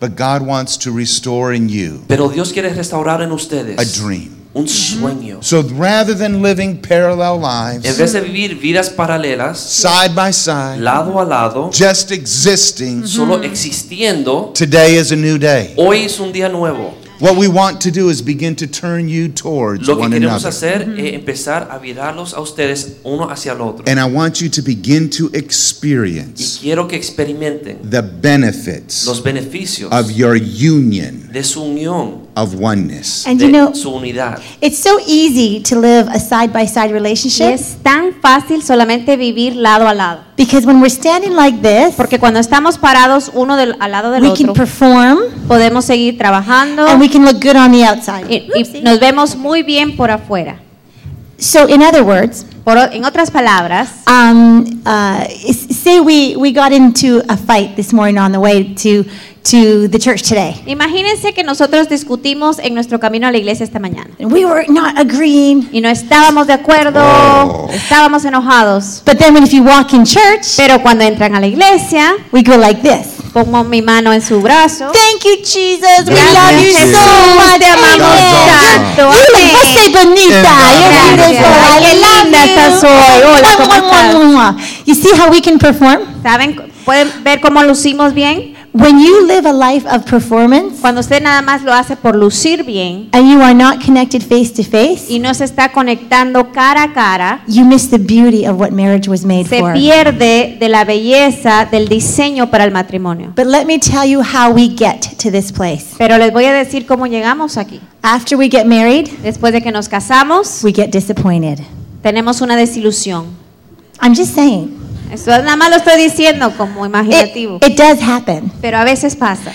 Speaker 7: But God wants to restore in you
Speaker 5: Pero Dios quiere restaurar en
Speaker 7: a
Speaker 5: ustedes
Speaker 7: dream.
Speaker 5: un sueño.
Speaker 7: So rather than living parallel
Speaker 5: En
Speaker 7: lives,
Speaker 5: vez de vivir vidas paralelas,
Speaker 7: side by side,
Speaker 5: lado a lado,
Speaker 7: just existing,
Speaker 5: solo existiendo,
Speaker 7: today is a new day.
Speaker 5: hoy es un día nuevo.
Speaker 7: What we want to do is begin to turn you towards
Speaker 5: Lo que
Speaker 7: one
Speaker 5: queremos
Speaker 7: another.
Speaker 5: hacer es empezar a virarlos a ustedes uno hacia el otro.
Speaker 7: And I want you to begin to
Speaker 5: Y
Speaker 7: experience
Speaker 5: quiero que experimenten
Speaker 7: the benefits
Speaker 5: los beneficios
Speaker 7: of your union
Speaker 5: de su unión,
Speaker 7: of oneness.
Speaker 4: And you know,
Speaker 5: de su unidad.
Speaker 4: it's so easy to live a side by side
Speaker 6: Y
Speaker 4: relationship
Speaker 6: es tan fácil solamente vivir lado a lado.
Speaker 4: because when we're standing like this,
Speaker 6: Porque cuando estamos parados uno del, al lado del
Speaker 4: we can
Speaker 6: otro,
Speaker 4: perform
Speaker 6: podemos seguir trabajando
Speaker 4: and we can look good on the outside.
Speaker 6: y, y nos vemos muy bien por afuera.
Speaker 4: So, in other words,
Speaker 6: Por o- en otras palabras,
Speaker 4: um, uh, s- say we, we got into a fight this morning on the way to, to the church today.
Speaker 6: imagínense que nosotros discutimos en nuestro camino a la iglesia esta mañana
Speaker 4: And we were not agreeing.
Speaker 6: y no estábamos de acuerdo,
Speaker 7: Oh.
Speaker 6: estábamos enojados.
Speaker 4: But then, when if you walk in church,
Speaker 6: Pero cuando entran a la iglesia,
Speaker 4: we go like this.
Speaker 6: pongo mi mano en su brazo.
Speaker 4: Thank you, Jesus. We
Speaker 7: Gracias,
Speaker 4: love you so
Speaker 7: Jesús.
Speaker 4: much.
Speaker 6: Te amamos
Speaker 4: Amen.
Speaker 6: tanto.
Speaker 4: You look
Speaker 6: Amén.
Speaker 4: so bonita. You're
Speaker 7: Gracias.
Speaker 4: beautiful.
Speaker 6: Ay, qué
Speaker 4: I love Oh,
Speaker 6: linda
Speaker 4: you.
Speaker 6: estás hoy. Hola,
Speaker 4: Mua,
Speaker 6: ¿cómo
Speaker 4: mua, mua,
Speaker 6: estás?
Speaker 4: mua, mua. You see how we can perform?
Speaker 6: ¿Saben? ¿Pueden ver cómo lucimos bien?
Speaker 4: When you live a life of performance
Speaker 6: Cuando usted nada más lo hace por lucir bien
Speaker 4: and you are not connected face to face,
Speaker 6: y no se está conectando cara a cara,
Speaker 4: you miss the beauty of what marriage was made
Speaker 6: se
Speaker 4: for.
Speaker 6: pierde de la belleza del diseño para el matrimonio.
Speaker 4: But let me tell you how we get to this place.
Speaker 6: Pero les voy a decir cómo llegamos aquí.
Speaker 4: After we get married,
Speaker 6: Después de que nos casamos,
Speaker 4: we get disappointed.
Speaker 6: tenemos una desilusión.
Speaker 4: I'm just saying,
Speaker 6: Esto nada más lo estoy diciendo como
Speaker 4: it,
Speaker 6: imaginativo.
Speaker 4: it does happen.
Speaker 6: Pero a veces pasa.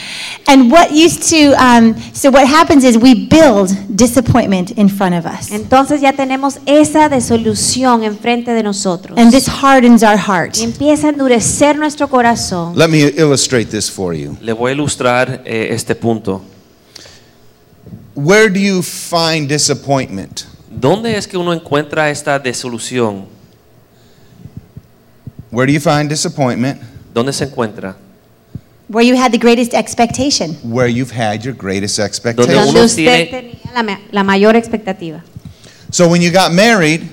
Speaker 4: And what used to, um, so what happens is we build disappointment in front of us.
Speaker 6: Entonces ya tenemos esa desilusión enfrente de nosotros.
Speaker 4: And this hardens our heart.
Speaker 6: Y empieza a endurecer nuestro corazón.
Speaker 7: Let me illustrate this for you.
Speaker 5: Le voy a ilustrar eh, este punto.
Speaker 7: Where do you find disappointment?
Speaker 5: ¿Dónde es que uno encuentra esta desolución?
Speaker 7: Where do you find disappointment?
Speaker 5: ¿Dónde se encuentra?
Speaker 4: Where you had the greatest expectation.
Speaker 7: Where you've had your greatest
Speaker 5: Donde
Speaker 7: expectation.
Speaker 5: uno
Speaker 6: Donde usted
Speaker 5: tiene-
Speaker 6: tenía la, ma- la mayor expectativa.
Speaker 7: So when you got married,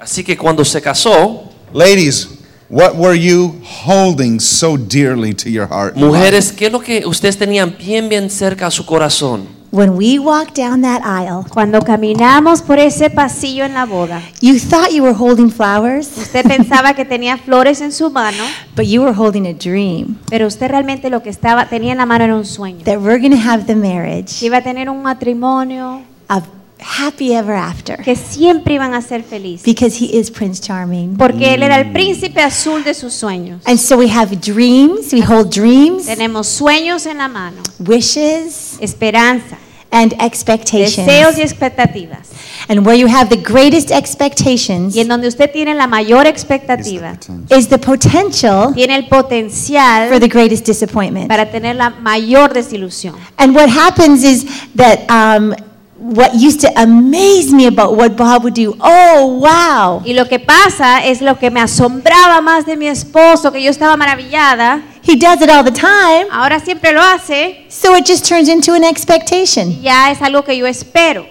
Speaker 5: Así que cuando se casó,
Speaker 7: Ladies, what were you holding so dearly to your heart?
Speaker 5: mujeres, ¿qué es lo que ustedes tenían bien, bien cerca a su corazón?
Speaker 4: When we walked down that aisle,
Speaker 6: Cuando caminamos por ese pasillo en la boda,
Speaker 4: you thought you were holding flowers,
Speaker 6: usted pensaba que tenía flores en su mano,
Speaker 4: but you were holding a dream
Speaker 6: pero usted realmente lo que estaba tenía en la mano era un sueño.
Speaker 4: that we're going to have the marriage
Speaker 6: Que iba a tener un matrimonio
Speaker 4: of happy ever after
Speaker 6: que siempre iban a ser felices,
Speaker 4: because he is Prince Charming.
Speaker 6: porque él era el príncipe azul de sus sueños.
Speaker 4: And so we have dreams, we hold dreams,
Speaker 6: Tenemos sueños en la mano,
Speaker 4: wishes,
Speaker 6: esperanza,
Speaker 4: and expectations.
Speaker 6: deseos y expectativas.
Speaker 4: And where you have the greatest expectations
Speaker 6: Y en donde usted tiene la mayor expectativa,
Speaker 4: is the potential
Speaker 6: tiene el
Speaker 4: for
Speaker 6: potencial
Speaker 4: the greatest disappointment.
Speaker 6: para tener la mayor desilusión.
Speaker 4: And what happens is that um, what used to amaze me about what Bob would do, oh wow,
Speaker 6: Y lo que pasa es lo que me asombraba más de mi esposo, que yo estaba maravillada,
Speaker 4: he does it all the time.
Speaker 6: ahora siempre lo hace,
Speaker 4: So it just turns into an expectation.
Speaker 6: ya es algo que yo espero.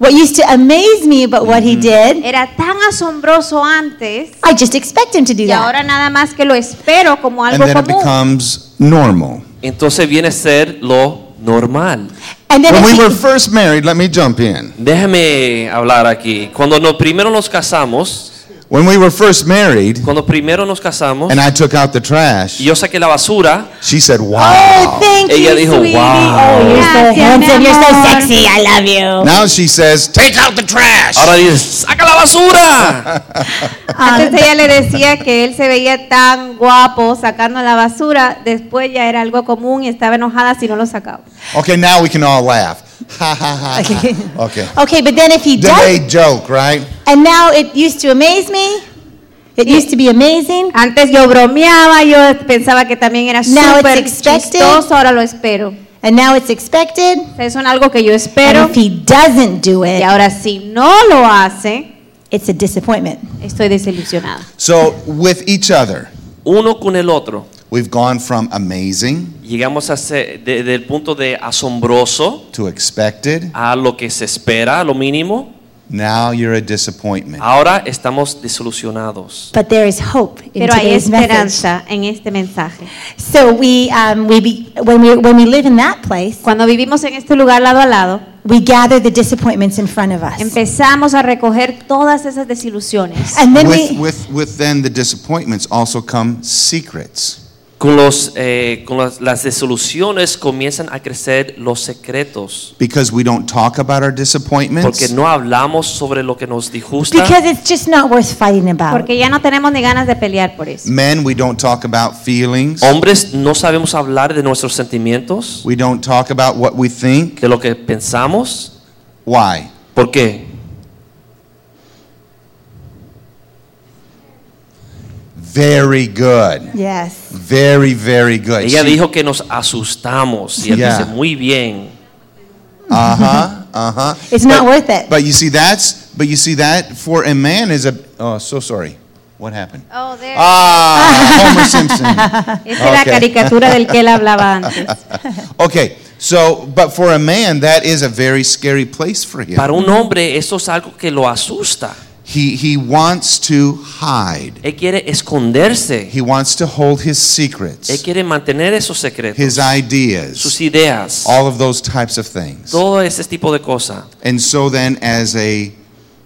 Speaker 4: What used to amaze me about what he
Speaker 7: Mm-hmm.
Speaker 4: did,
Speaker 6: Era tan asombroso antes
Speaker 4: I just expect him to do
Speaker 6: y
Speaker 4: that.
Speaker 6: ahora nada más que lo espero como
Speaker 7: And
Speaker 6: algo
Speaker 7: then it
Speaker 6: común.
Speaker 7: becomes normal.
Speaker 5: Entonces viene a ser lo normal.
Speaker 4: And then
Speaker 7: When we
Speaker 4: it
Speaker 7: were
Speaker 4: be-
Speaker 7: first married, let me jump in.
Speaker 5: Déjeme hablar aquí. Cuando no- primero nos casamos,
Speaker 7: When we were first married,
Speaker 5: cuando primero nos casamos,
Speaker 7: and I took out the
Speaker 5: y
Speaker 7: trash,
Speaker 5: yo saqué la basura,
Speaker 7: she said,
Speaker 4: oh,
Speaker 7: Wow.
Speaker 4: thank
Speaker 5: Ella
Speaker 4: you,
Speaker 5: dijo,
Speaker 4: sweetie.
Speaker 5: "Wow."
Speaker 4: Oh, you're so
Speaker 6: Gracias, mi
Speaker 4: handsome, you're so
Speaker 6: amor.
Speaker 4: sexy, I love you.
Speaker 7: Now she says, Take out the trash.
Speaker 5: ahora dices, saca la basura.
Speaker 6: Antes ella le decía que él se veía tan guapo sacando la basura, después ya era algo común y estaba enojada si no lo sacaba.
Speaker 7: Okay, now we can all laugh. Ha ha ha. ha. Okay.
Speaker 4: Okay, Oh, but then if he
Speaker 7: Did
Speaker 4: does,
Speaker 7: they joke, right?
Speaker 4: and now it used to amaze me, it used to be amazing,
Speaker 6: Antes yo bromeaba, yo pensaba que también era
Speaker 4: Now it's
Speaker 6: súper
Speaker 4: expected.
Speaker 6: chistoso, ahora lo espero.
Speaker 4: and now it's expected.
Speaker 6: Es un algo que yo
Speaker 4: And
Speaker 6: espero
Speaker 4: if he doesn't do
Speaker 6: y
Speaker 4: it,
Speaker 6: ahora si no lo hace,
Speaker 4: it's a disappointment.
Speaker 6: estoy desilusionada.
Speaker 7: So, with each other,
Speaker 5: Uno con el otro.
Speaker 7: we've gone from amazing
Speaker 5: Llegamos a ser de- del punto de asombroso
Speaker 7: to expected.
Speaker 5: a lo que se espera, a lo mínimo.
Speaker 7: Now you're a disappointment.
Speaker 5: Ahora estamos desilusionados.
Speaker 4: But there is hope in
Speaker 6: Pero hay
Speaker 4: today's message.
Speaker 6: esperanza en este mensaje.
Speaker 4: So we, um, we be, when we when we live in that place,
Speaker 6: Cuando vivimos en este lugar lado a lado,
Speaker 4: we gather the disappointments in front of us,
Speaker 6: empezamos a recoger todas esas desilusiones.
Speaker 4: and then
Speaker 7: With,
Speaker 4: we
Speaker 7: with, with then the disappointments also come secrets.
Speaker 5: Con, los, eh, con las, las desilusiones comienzan a crecer los secretos.
Speaker 7: Because we don't talk about our
Speaker 5: Porque
Speaker 7: disappointments.
Speaker 5: no hablamos sobre lo que nos disgusta.
Speaker 4: because it's just not worth fighting about.
Speaker 6: Porque ya no tenemos ni ganas de pelear por eso.
Speaker 7: Men, we don't talk about feelings.
Speaker 5: Hombres, no sabemos hablar de nuestros sentimientos,
Speaker 7: We don't talk about what we think.
Speaker 5: de lo que pensamos.
Speaker 7: Why?
Speaker 5: ¿Por qué?
Speaker 7: Very good.
Speaker 4: Yes,
Speaker 7: Very, very good.
Speaker 5: Ella dijo que nos asustamos. Y él
Speaker 7: Yeah.
Speaker 5: dice, muy bien.
Speaker 7: Uh huh. Uh huh.
Speaker 4: it's not worth it.
Speaker 7: But you see, that's but you see that for a man is a. Oh, so sorry. What happened?
Speaker 6: Oh, there.
Speaker 7: Ah, Homer Simpson.
Speaker 6: Esa es la
Speaker 7: Ok.
Speaker 6: caricatura del que él hablaba antes.
Speaker 7: Okay. So, but for a man, that is a very scary place for him.
Speaker 5: Para un hombre, eso es algo que lo asusta.
Speaker 7: He he wants to hide.
Speaker 5: Él quiere esconderse.
Speaker 7: He wants to hold his
Speaker 5: Él
Speaker 7: secrets,
Speaker 5: quiere mantener esos secretos,
Speaker 7: his ideas,
Speaker 5: sus ideas,
Speaker 7: all of those types of things.
Speaker 5: todo ese tipo de cosas.
Speaker 7: And so then, as a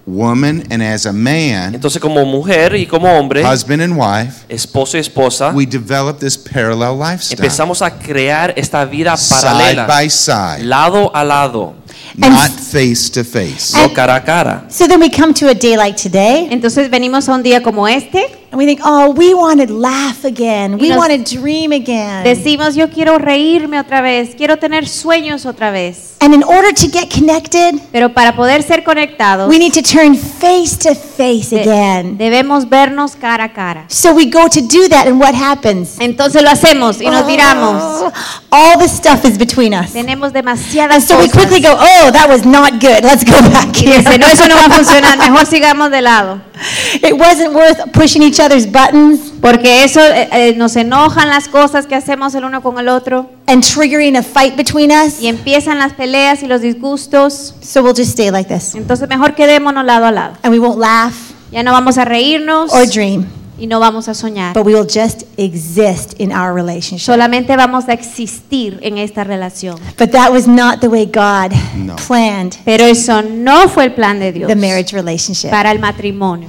Speaker 7: woman and as a man,
Speaker 5: Entonces, como mujer y como hombre,
Speaker 7: husband and wife,
Speaker 5: esposo y esposa,
Speaker 7: we develop this parallel lifestyle,
Speaker 5: ¿ah? empezamos a crear esta vida
Speaker 7: side
Speaker 5: paralela,
Speaker 7: by side,
Speaker 5: lado a lado,
Speaker 7: not face to face.
Speaker 5: no cara a cara.
Speaker 4: So then we come to a day like today,
Speaker 6: Entonces venimos a un día como este,
Speaker 4: and we think, oh, we want to laugh again, we
Speaker 6: nos-
Speaker 4: want to dream again.
Speaker 6: decimos yo quiero reírme otra vez, quiero tener sueños otra vez.
Speaker 4: And in order to get connected,
Speaker 6: Pero para poder ser conectados,
Speaker 4: we need to turn face to face
Speaker 6: de-
Speaker 4: again.
Speaker 6: debemos vernos cara a cara.
Speaker 4: So we go to do that, and what happens?
Speaker 6: Entonces lo hacemos y nos miramos.
Speaker 4: Oh, all the stuff is between us.
Speaker 6: Tenemos
Speaker 4: And
Speaker 6: demasiadas
Speaker 4: so we quickly
Speaker 6: cosas.
Speaker 4: go, oh, that was not good. Let's go back
Speaker 6: Y
Speaker 4: here.
Speaker 6: dice, no, eso no va a funcionar, mejor sigamos de lado.
Speaker 4: It wasn't worth pushing each other's buttons
Speaker 6: Porque eso eh, eh, nos enojan las cosas que hacemos el uno con el otro
Speaker 4: and triggering a fight between us.
Speaker 6: y empiezan las peleas y los disgustos.
Speaker 4: So we'll just stay like this.
Speaker 6: Entonces mejor quedémonos lado a lado
Speaker 4: And we won't laugh.
Speaker 6: Ya no vamos a reírnos
Speaker 4: or dream,
Speaker 6: y no vamos a soñar.
Speaker 4: but we will just exist in our relationship.
Speaker 6: Solamente vamos a existir en esta relación.
Speaker 4: But that was not the way God
Speaker 7: No.
Speaker 4: planned
Speaker 6: Pero eso no fue el plan de Dios
Speaker 4: the marriage relationship.
Speaker 6: para el matrimonio.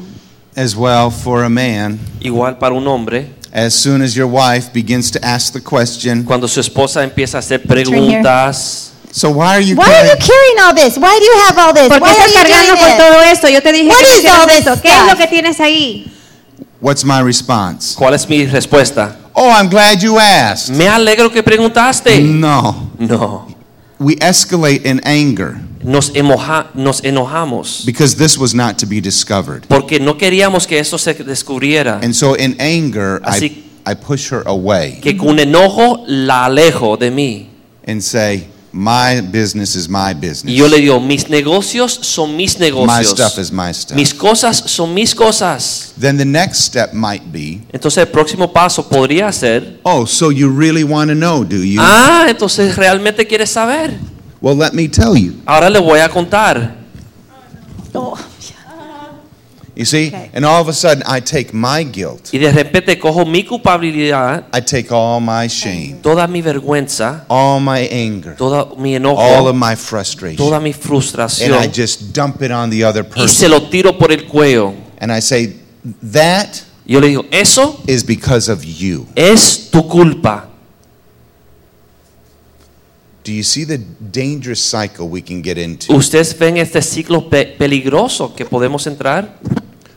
Speaker 7: As well, for a man,
Speaker 5: Igual para un hombre,
Speaker 7: as soon as your wife begins to ask the question,
Speaker 5: cuando su esposa empieza a hacer preguntas,
Speaker 7: so why are you
Speaker 4: Why are you
Speaker 7: carrying-
Speaker 4: carrying all this? Why do you have all this?
Speaker 6: ¿Por qué
Speaker 4: Why
Speaker 6: estás
Speaker 4: are you
Speaker 6: cargando
Speaker 4: doing
Speaker 6: con
Speaker 4: this?
Speaker 6: todo esto? Yo te dije
Speaker 4: What
Speaker 6: que
Speaker 4: is
Speaker 6: hicieras
Speaker 4: all this
Speaker 6: esto. ¿Qué es lo
Speaker 4: stuff?
Speaker 6: que tienes ahí?
Speaker 7: What's my response?
Speaker 5: ¿cuál es mi respuesta?
Speaker 7: Oh, I'm glad you asked.
Speaker 5: Me alegro que preguntaste.
Speaker 7: No.
Speaker 5: No,
Speaker 7: We escalate in anger
Speaker 5: nos, emoja- nos enojamos
Speaker 7: because this was not to be discovered.
Speaker 5: porque no queríamos que eso se descubriera.
Speaker 7: And so in anger, I,
Speaker 5: Así-
Speaker 7: I push her away
Speaker 5: Que con enojo la alejo de mí.
Speaker 7: and say, My business is my business.
Speaker 5: Y yo le digo, mis negocios son mis
Speaker 7: my stuff is
Speaker 5: negocios.
Speaker 7: my stuff.
Speaker 5: Mis cosas son mis cosas.
Speaker 7: then the next step might be,
Speaker 5: Entonces el próximo paso podría ser,
Speaker 7: Oh, so you really want to know, do you?
Speaker 5: ah, entonces realmente quieres saber.
Speaker 7: well, let me tell you.
Speaker 5: Ahora le voy a contar.
Speaker 7: You see? And all of a sudden, I take my guilt,
Speaker 5: Y de repente cojo mi culpabilidad,
Speaker 7: I take all my shame,
Speaker 5: toda mi vergüenza,
Speaker 7: all my anger,
Speaker 5: todo mi
Speaker 7: all of
Speaker 5: enojo,
Speaker 7: my frustration,
Speaker 5: toda mi
Speaker 7: and I
Speaker 5: frustración
Speaker 7: just dump it on the other
Speaker 5: y se
Speaker 7: person.
Speaker 5: lo tiro por el cuello.
Speaker 7: And I say, That
Speaker 5: Yo le digo, eso
Speaker 7: is because of you.
Speaker 5: es tu culpa.
Speaker 7: Do you see the dangerous cycle we can get into?
Speaker 5: Ustedes ven este ciclo pe- peligroso que podemos entrar.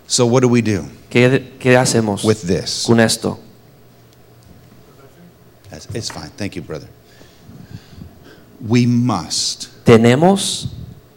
Speaker 7: So, what do we do
Speaker 5: ¿Qué, qué hacemos
Speaker 7: with this?
Speaker 5: con esto?
Speaker 7: That's- It's fine. Thank you, brother. We must,
Speaker 5: Tenemos,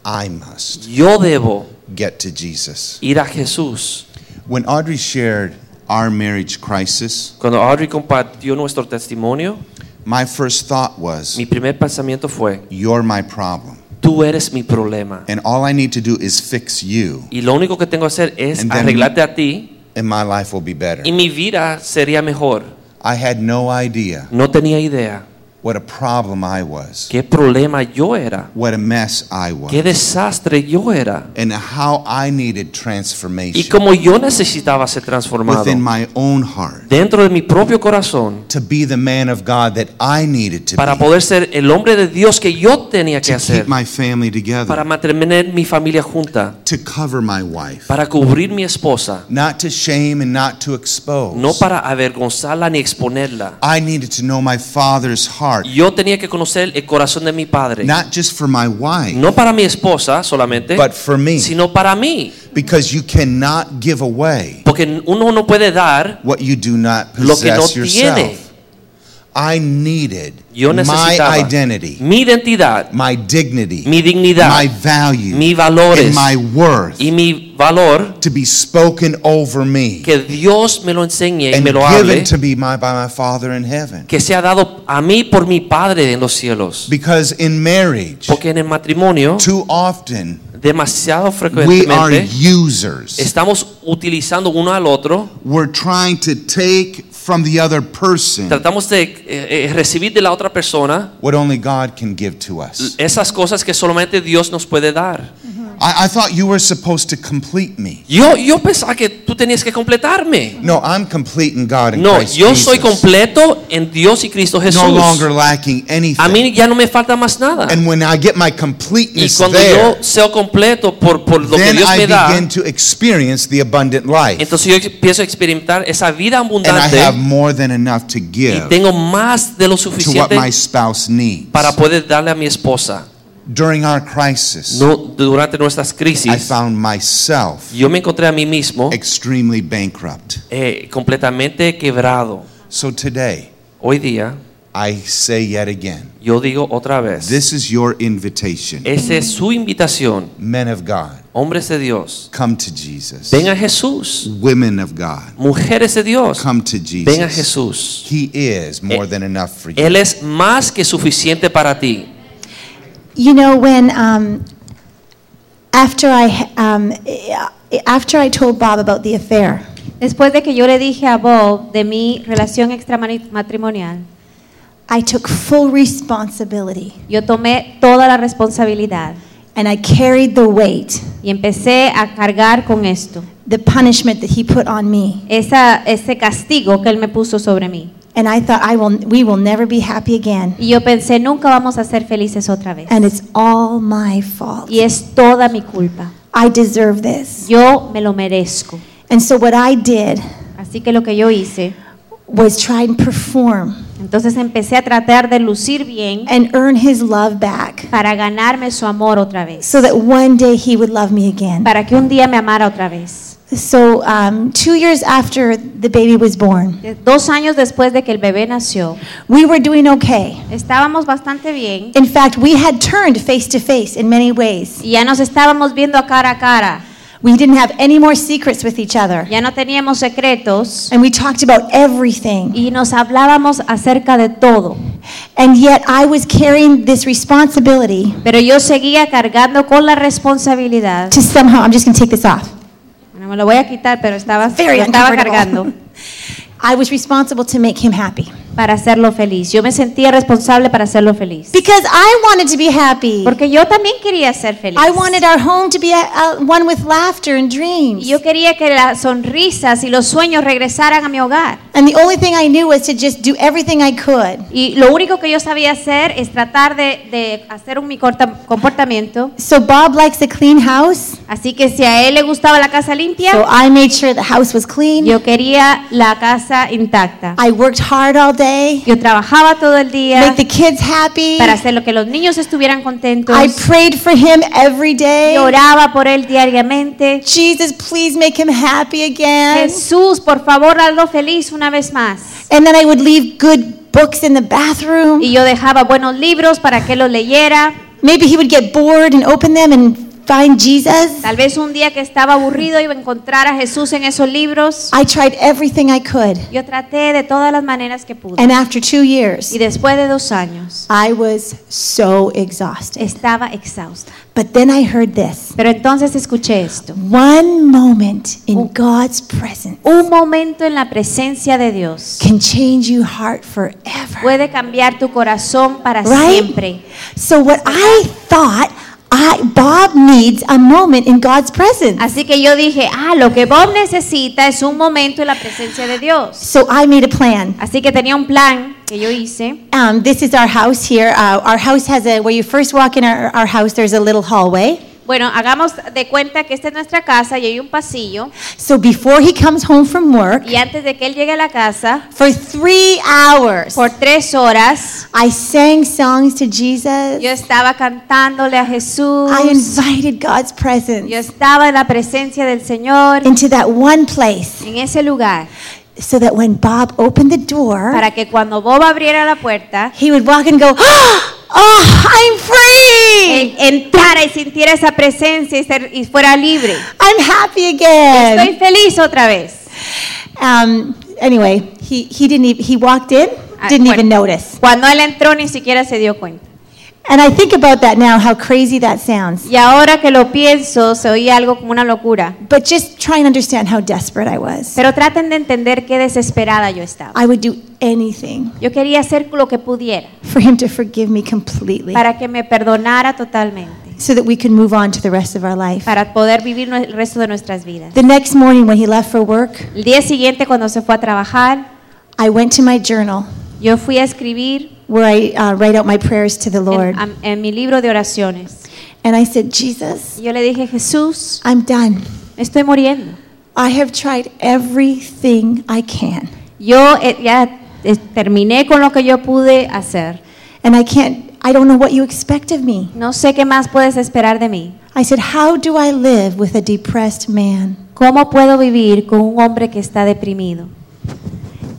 Speaker 7: I must,
Speaker 5: yo debo
Speaker 7: get to Jesus.
Speaker 5: ir a Jesús.
Speaker 7: When Audrey shared our marriage crisis,
Speaker 5: Cuando Audrey compartió nuestro testimonio,
Speaker 7: my first thought was,
Speaker 5: mi primer pensamiento fue,
Speaker 7: You're my problem.
Speaker 5: tú eres mi problema.
Speaker 7: And all I need to do is fix you,
Speaker 5: Y lo único que tengo que hacer es
Speaker 7: And then-
Speaker 5: arreglarte a ti
Speaker 7: and my life will be better.
Speaker 5: y mi vida sería mejor.
Speaker 7: I had no idea
Speaker 5: No tenía idea
Speaker 7: what a problem I was,
Speaker 5: qué problema yo era,
Speaker 7: what a mess I was,
Speaker 5: qué desastre yo era
Speaker 7: and how I needed
Speaker 5: y
Speaker 7: transformation
Speaker 5: cómo yo necesitaba ser transformado
Speaker 7: within my own heart.
Speaker 5: dentro de mi propio corazón
Speaker 7: to be the man of God that I needed to
Speaker 5: para
Speaker 7: be
Speaker 5: poder ser el hombre de Dios que yo tenía que
Speaker 7: to keep
Speaker 5: hacer
Speaker 7: my family
Speaker 5: para
Speaker 7: together,
Speaker 5: mantener mi familia junta,
Speaker 7: to cover my wife,
Speaker 5: para cubrir mi esposa,
Speaker 7: not to shame and not to expose.
Speaker 5: no para avergonzarla ni exponerla.
Speaker 7: I needed to know my father's heart,
Speaker 5: Yo tenía que conocer el corazón de mi padre,
Speaker 7: not just for my wife,
Speaker 5: no para mi esposa solamente,
Speaker 7: but for me,
Speaker 5: sino para mí,
Speaker 7: because you cannot give away
Speaker 5: porque uno no puede dar
Speaker 7: what you do not
Speaker 5: lo que no
Speaker 7: possess
Speaker 5: tiene.
Speaker 7: yourself. I needed
Speaker 5: Yo
Speaker 7: my
Speaker 5: necesitaba
Speaker 7: identity,
Speaker 5: mi identidad,
Speaker 7: my dignity,
Speaker 5: mi dignidad,
Speaker 7: my value,
Speaker 5: mis valores
Speaker 7: and my worth
Speaker 5: y mi valor
Speaker 7: to be spoken over me.
Speaker 5: que Dios me lo enseñe y
Speaker 7: and
Speaker 5: me lo
Speaker 7: given
Speaker 5: hable,
Speaker 7: to me my, by my Father in heaven.
Speaker 5: que sea dado a mí por mi Padre en los cielos.
Speaker 7: Because in marriage,
Speaker 5: Porque en el matrimonio,
Speaker 7: too often
Speaker 5: demasiado
Speaker 7: we are
Speaker 5: frecuentemente,
Speaker 7: users.
Speaker 5: estamos utilizando uno al otro,
Speaker 7: We're trying to take from the other person
Speaker 5: tratamos de eh, eh, recibir de la otra persona
Speaker 7: what only God can give to us.
Speaker 5: esas cosas que solamente Dios nos puede dar.
Speaker 7: I, I thought you were supposed to complete me.
Speaker 5: Yo, yo pensaba que tú tenías que completarme.
Speaker 7: No, I'm complete in God and
Speaker 5: No,
Speaker 7: Christ
Speaker 5: yo soy
Speaker 7: Jesus.
Speaker 5: completo en Dios y Cristo Jesús.
Speaker 7: No longer lacking anything.
Speaker 5: A mí ya no me falta más nada.
Speaker 7: and when I get my
Speaker 5: Y
Speaker 7: completeness
Speaker 5: cuando
Speaker 7: there,
Speaker 5: yo sea completo por, por lo que
Speaker 7: then
Speaker 5: Dios
Speaker 7: I
Speaker 5: me da,
Speaker 7: begin to experience the abundant life.
Speaker 5: entonces yo empiezo a experimentar esa vida
Speaker 7: and I have
Speaker 5: abundante
Speaker 7: more than enough to
Speaker 5: y
Speaker 7: give.
Speaker 5: tengo más de lo
Speaker 7: to what
Speaker 5: suficiente
Speaker 7: my spouse needs.
Speaker 5: para poder darle a mi esposa.
Speaker 7: During our crisis,
Speaker 5: No, durante nuestras
Speaker 7: I
Speaker 5: crisis,
Speaker 7: found myself
Speaker 5: yo me encontré a mí mismo
Speaker 7: extremely bankrupt.
Speaker 5: eh, completamente quebrado.
Speaker 7: So today,
Speaker 5: Hoy día,
Speaker 7: I say yet again,
Speaker 5: yo digo otra vez,
Speaker 7: this is your invitation.
Speaker 5: esa es su invitación,
Speaker 7: Men of God,
Speaker 5: hombres de Dios,
Speaker 7: come to Jesus.
Speaker 5: ven a Jesús,
Speaker 7: Women of God,
Speaker 5: mujeres de Dios,
Speaker 7: come to
Speaker 5: ven a
Speaker 7: Jesus.
Speaker 5: Jesús.
Speaker 7: He is more
Speaker 5: Eh,
Speaker 7: than enough for
Speaker 5: Él
Speaker 7: you.
Speaker 5: es más que suficiente para ti.
Speaker 4: You know, when um, after I um, after I told Bob about the affair,
Speaker 6: Después de que yo le dije a Bob de mi relación extramatrimonial,
Speaker 4: I took full responsibility
Speaker 6: yo tomé toda la responsabilidad
Speaker 4: and I carried the weight,
Speaker 6: y empecé a cargar con esto,
Speaker 4: the punishment that he put on me.
Speaker 6: esa, ese castigo que Él me puso sobre mí.
Speaker 4: And I thought, I will, we will never be happy again.
Speaker 6: Y yo pensé, nunca vamos a ser felices otra vez.
Speaker 4: And it's all my fault.
Speaker 6: Y es toda mi culpa.
Speaker 4: I deserve this.
Speaker 6: Yo me lo merezco.
Speaker 4: And so what I did
Speaker 6: Así que lo que yo hice,
Speaker 4: was try and perform
Speaker 6: entonces empecé a tratar de lucir bien
Speaker 4: and earn his love back
Speaker 6: para ganarme su amor otra vez.
Speaker 4: so that one day he would love me again.
Speaker 6: Para que un día me amara otra vez.
Speaker 4: So, um, two years after the baby was born,
Speaker 6: De- Dos años después de que el bebé nació,
Speaker 4: we were doing okay.
Speaker 6: estábamos bastante bien
Speaker 4: In fact, we had turned face to face in many ways.
Speaker 6: y ya nos estábamos viendo a cara a cara.
Speaker 4: We didn't have any more secrets with each other.
Speaker 6: Ya no teníamos secretos
Speaker 4: And we talked about everything.
Speaker 6: y nos hablábamos acerca de todo.
Speaker 4: And yet, I was carrying this responsibility
Speaker 6: Pero yo seguía cargando con la responsabilidad.
Speaker 4: to somehow, I'm just going to take this off.
Speaker 6: Bueno, me lo voy a quitar, pero estaba,
Speaker 4: Very
Speaker 6: lo estaba
Speaker 4: uncomfortable.
Speaker 6: cargando
Speaker 4: I was responsible to make him happy
Speaker 6: para hacerlo feliz. Yo me sentía responsable para hacerlo feliz.
Speaker 4: because I wanted to be happy.
Speaker 6: Porque yo también quería ser feliz.
Speaker 4: I wanted our home to be a, a- one with laughter and dreams.
Speaker 6: Y yo quería que las sonrisas y los sueños regresaran a mi hogar.
Speaker 4: And the only thing I knew was to just do everything I could.
Speaker 6: Y lo único que yo sabía hacer es tratar de, de hacer un, mi corta- comportamiento.
Speaker 4: So Bob likes a clean house.
Speaker 6: Así que si a él le gustaba la casa limpia,
Speaker 4: So I made sure the house was clean.
Speaker 6: yo quería la casa intacta.
Speaker 4: I worked hard all day,
Speaker 6: Yo trabajaba todo el día
Speaker 4: make the kids happy.
Speaker 6: para hacer lo que los niños estuvieran contentos.
Speaker 4: I prayed for him every
Speaker 6: Yo
Speaker 4: day.
Speaker 6: oraba por él diariamente.
Speaker 4: Jesus, please make him happy again.
Speaker 6: Jesús, por favor, hazlo feliz una vez más.
Speaker 4: And then I would leave good books in the bathroom.
Speaker 6: Y yo dejaba buenos libros para que los leyera.
Speaker 4: Maybe he would get bored and open them and find Jesus.
Speaker 6: Tal vez un día que estaba aburrido iba a encontrar a Jesús en esos libros.
Speaker 4: I tried everything I could.
Speaker 6: Yo traté de todas las maneras que pude.
Speaker 4: And after two years,
Speaker 6: Y después de dos años,
Speaker 4: I was so exhausted.
Speaker 6: estaba exhausta.
Speaker 4: But then I heard this
Speaker 6: Pero entonces escuché esto.
Speaker 4: one moment
Speaker 6: Oh.
Speaker 4: in God's presence.
Speaker 6: Un momento en la presencia de Dios
Speaker 4: can change your heart forever.
Speaker 6: puede cambiar tu corazón para
Speaker 4: Right?
Speaker 6: siempre.
Speaker 4: So what I thought I Bob needs a moment in God's presence.
Speaker 6: Así que yo dije, ah, lo que Bob necesita es un momento en la presencia de Dios.
Speaker 4: So I made a plan.
Speaker 6: Así que tenía un plan que yo hice.
Speaker 4: Um, this is our house here. Uh, our house has a where you first walk in our, our house. There's a little hallway.
Speaker 6: Bueno, hagamos de cuenta que esta es nuestra casa y hay un pasillo.
Speaker 4: So before he comes home from work,
Speaker 6: Y antes de que él llegue a la casa,
Speaker 4: for three hours,
Speaker 6: por tres horas,
Speaker 4: I sang songs to Jesus.
Speaker 6: yo estaba cantándole a Jesús.
Speaker 4: I invited God's
Speaker 6: Yo
Speaker 4: presence
Speaker 6: estaba en la presencia del Señor,
Speaker 4: into that one place,
Speaker 6: en ese lugar,
Speaker 4: so that when Bob opened the door,
Speaker 6: para que cuando Bob abriera la puerta,
Speaker 4: he would walk and go, oh, I'm free.
Speaker 6: él entrara y sintiera esa presencia y, ser- y fuera libre.
Speaker 4: I'm happy
Speaker 6: Estoy
Speaker 4: again.
Speaker 6: feliz otra vez.
Speaker 4: Um, anyway, he, he didn't even, he walked in,
Speaker 6: Ah,
Speaker 4: didn't
Speaker 6: bueno,
Speaker 4: even notice.
Speaker 6: Cuando él entró ni siquiera se dio cuenta.
Speaker 4: And I think about that now, how crazy that sounds.
Speaker 6: Y ahora que lo pienso, se oía algo como una locura.
Speaker 4: But just try and understand how desperate I was.
Speaker 6: Pero traten de entender qué desesperada yo estaba.
Speaker 4: I would do anything
Speaker 6: Yo quería hacer lo que pudiera
Speaker 4: for him to forgive me completely
Speaker 6: para que me perdonara totalmente,
Speaker 4: so that we could move on to the rest of our life.
Speaker 6: para poder vivir nue- el resto de nuestras vidas.
Speaker 4: The next morning when he left for work,
Speaker 6: El día siguiente, cuando se fue a trabajar,
Speaker 4: I went to my journal
Speaker 6: yo fui a escribir
Speaker 4: where I uh, write out my prayers to the Lord.
Speaker 6: en, am- en mi libro de oraciones.
Speaker 4: And I said, Jesus,
Speaker 6: Y Yo le dije, Jesús,
Speaker 4: I'm done.
Speaker 6: me estoy muriendo.
Speaker 4: I have tried everything I can,
Speaker 6: Yo eh, ya eh, terminé con lo que yo pude hacer.
Speaker 4: and I can't, I don't know what you expect of me.
Speaker 6: No sé qué más puedes esperar de mí.
Speaker 4: I said, How do I live with a depressed man?
Speaker 6: ¿Cómo puedo vivir con un hombre que está deprimido?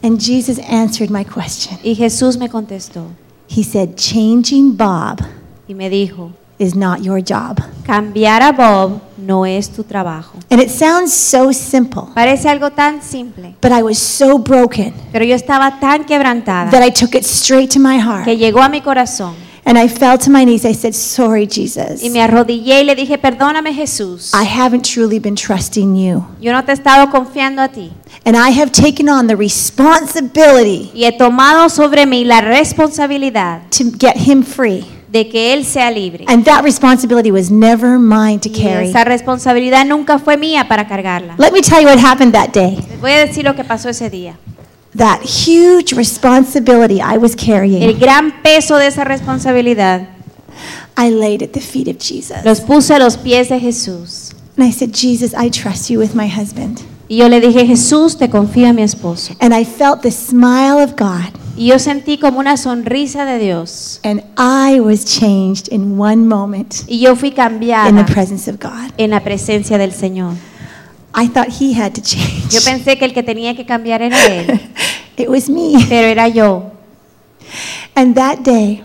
Speaker 4: And Jesus answered my question.
Speaker 6: Y Jesús me contestó
Speaker 4: He said, Changing Bob
Speaker 6: y me dijo,
Speaker 4: is not your job.
Speaker 6: cambiar a Bob no es tu trabajo.
Speaker 4: And it sounds so simple,
Speaker 6: Parece algo tan simple,
Speaker 4: but I was so broken
Speaker 6: pero yo estaba tan
Speaker 4: that
Speaker 6: quebrantada
Speaker 4: I took it straight to my
Speaker 6: que
Speaker 4: heart.
Speaker 6: llegó a mi corazón
Speaker 4: And I fell to my knees. I said, Sorry, Jesus.
Speaker 6: y me arrodillé y le dije, perdóname Jesús,
Speaker 4: I haven't truly been trusting you.
Speaker 6: yo no te he estado confiando a ti
Speaker 4: And I have taken on the responsibility
Speaker 6: y he tomado sobre mí la responsabilidad
Speaker 4: to get him free
Speaker 6: de que él sea libre.
Speaker 4: And that responsibility was never mine to
Speaker 6: Y
Speaker 4: carry.
Speaker 6: esa responsabilidad nunca fue mía para cargarla.
Speaker 4: Let me tell you what happened that day.
Speaker 6: Les voy a decir lo que pasó ese día.
Speaker 4: That huge responsibility I was
Speaker 6: El
Speaker 4: carrying,
Speaker 6: gran peso de esa responsabilidad
Speaker 4: I laid at the feet of Jesus.
Speaker 6: los puse a los pies de Jesús.
Speaker 4: And I said, Jesus, I trust you with my husband.
Speaker 6: Y yo le dije, Jesús, te confío a mi esposo.
Speaker 4: And I felt the smile of God,
Speaker 6: Y yo sentí como una sonrisa de Dios.
Speaker 4: and I was changed in one moment
Speaker 6: Y yo fui
Speaker 4: in the
Speaker 6: cambiada
Speaker 4: presence of God.
Speaker 6: en la presencia del Señor.
Speaker 4: I thought he had to change.
Speaker 6: Yo pensé que el que tenía que cambiar era Él,
Speaker 4: it was me.
Speaker 6: pero era yo.
Speaker 4: And that day,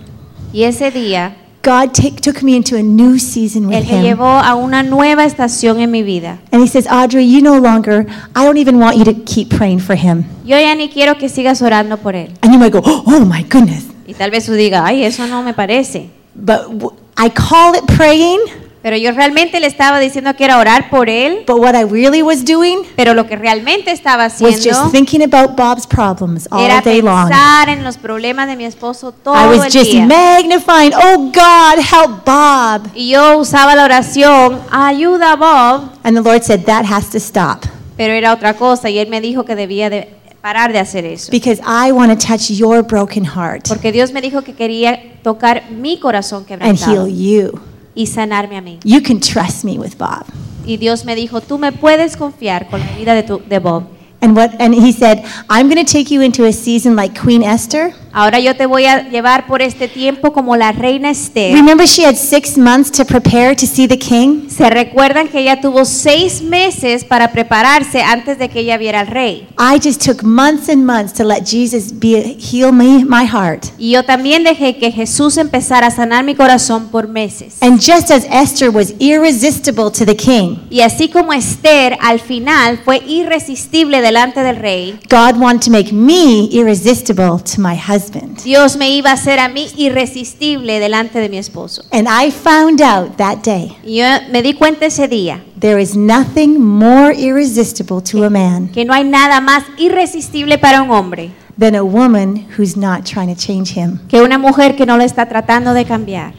Speaker 6: Y ese día,
Speaker 4: God take, took me into a new season with
Speaker 6: Él me
Speaker 4: him.
Speaker 6: llevó a una nueva estación en mi vida.
Speaker 4: And he says, Audrey, you no longer, I don't even want you to keep praying for him.
Speaker 6: Yo ya ni quiero que sigas orando por Él.
Speaker 4: And you might go, oh my goodness.
Speaker 6: Y tal vez tú digas, ay, eso no me parece.
Speaker 4: But w- I call it praying,
Speaker 6: Pero yo realmente le estaba diciendo que era orar por Él,
Speaker 4: but what I really was doing
Speaker 6: pero lo que realmente estaba
Speaker 4: was just
Speaker 6: haciendo
Speaker 4: thinking about Bob's problems all
Speaker 6: era
Speaker 4: day long.
Speaker 6: pensar en los problemas de mi esposo todo
Speaker 4: I was
Speaker 6: el
Speaker 4: just
Speaker 6: día.
Speaker 4: magnifying, oh God, help Bob.
Speaker 6: Y yo usaba la oración, ayuda Bob,
Speaker 4: And the Lord said, that has to stop
Speaker 6: pero era otra cosa y él me dijo que debía de parar de hacer eso.
Speaker 4: because I want to touch your broken heart
Speaker 6: Porque Dios me dijo que quería tocar mi corazón
Speaker 4: and heal
Speaker 6: quebrantado
Speaker 4: you.
Speaker 6: y sanarme a mí.
Speaker 4: You can trust me with Bob.
Speaker 6: Y Dios me dijo, tú me puedes confiar con la vida de, tu, de Bob.
Speaker 4: And what and he said, I'm going to take you into a season like Queen Esther.
Speaker 6: Ahora yo te voy a llevar por este tiempo como la reina Esther.
Speaker 4: Remember she had 6 months to prepare to see the king?
Speaker 6: Se recuerdan que ella tuvo seis meses para prepararse antes de que ella viera al rey.
Speaker 4: I just took months and months to let Jesus be heal me my heart.
Speaker 6: Y yo también dejé que Jesús empezara a sanar mi corazón por meses.
Speaker 4: And just as Esther was irresistible to the king,
Speaker 6: Y así como Esther al final fue irresistible delante del rey,
Speaker 4: God wanted to make me irresistible to my husband.
Speaker 6: Dios me iba a hacer a mí irresistible delante de mi esposo.
Speaker 4: And I found out that day
Speaker 6: Y yo me di cuenta ese día
Speaker 4: there is nothing more irresistible to a man
Speaker 6: que no hay nada más irresistible para un hombre
Speaker 4: than a woman who's not trying to change him.
Speaker 6: que una mujer que no lo está tratando de cambiar.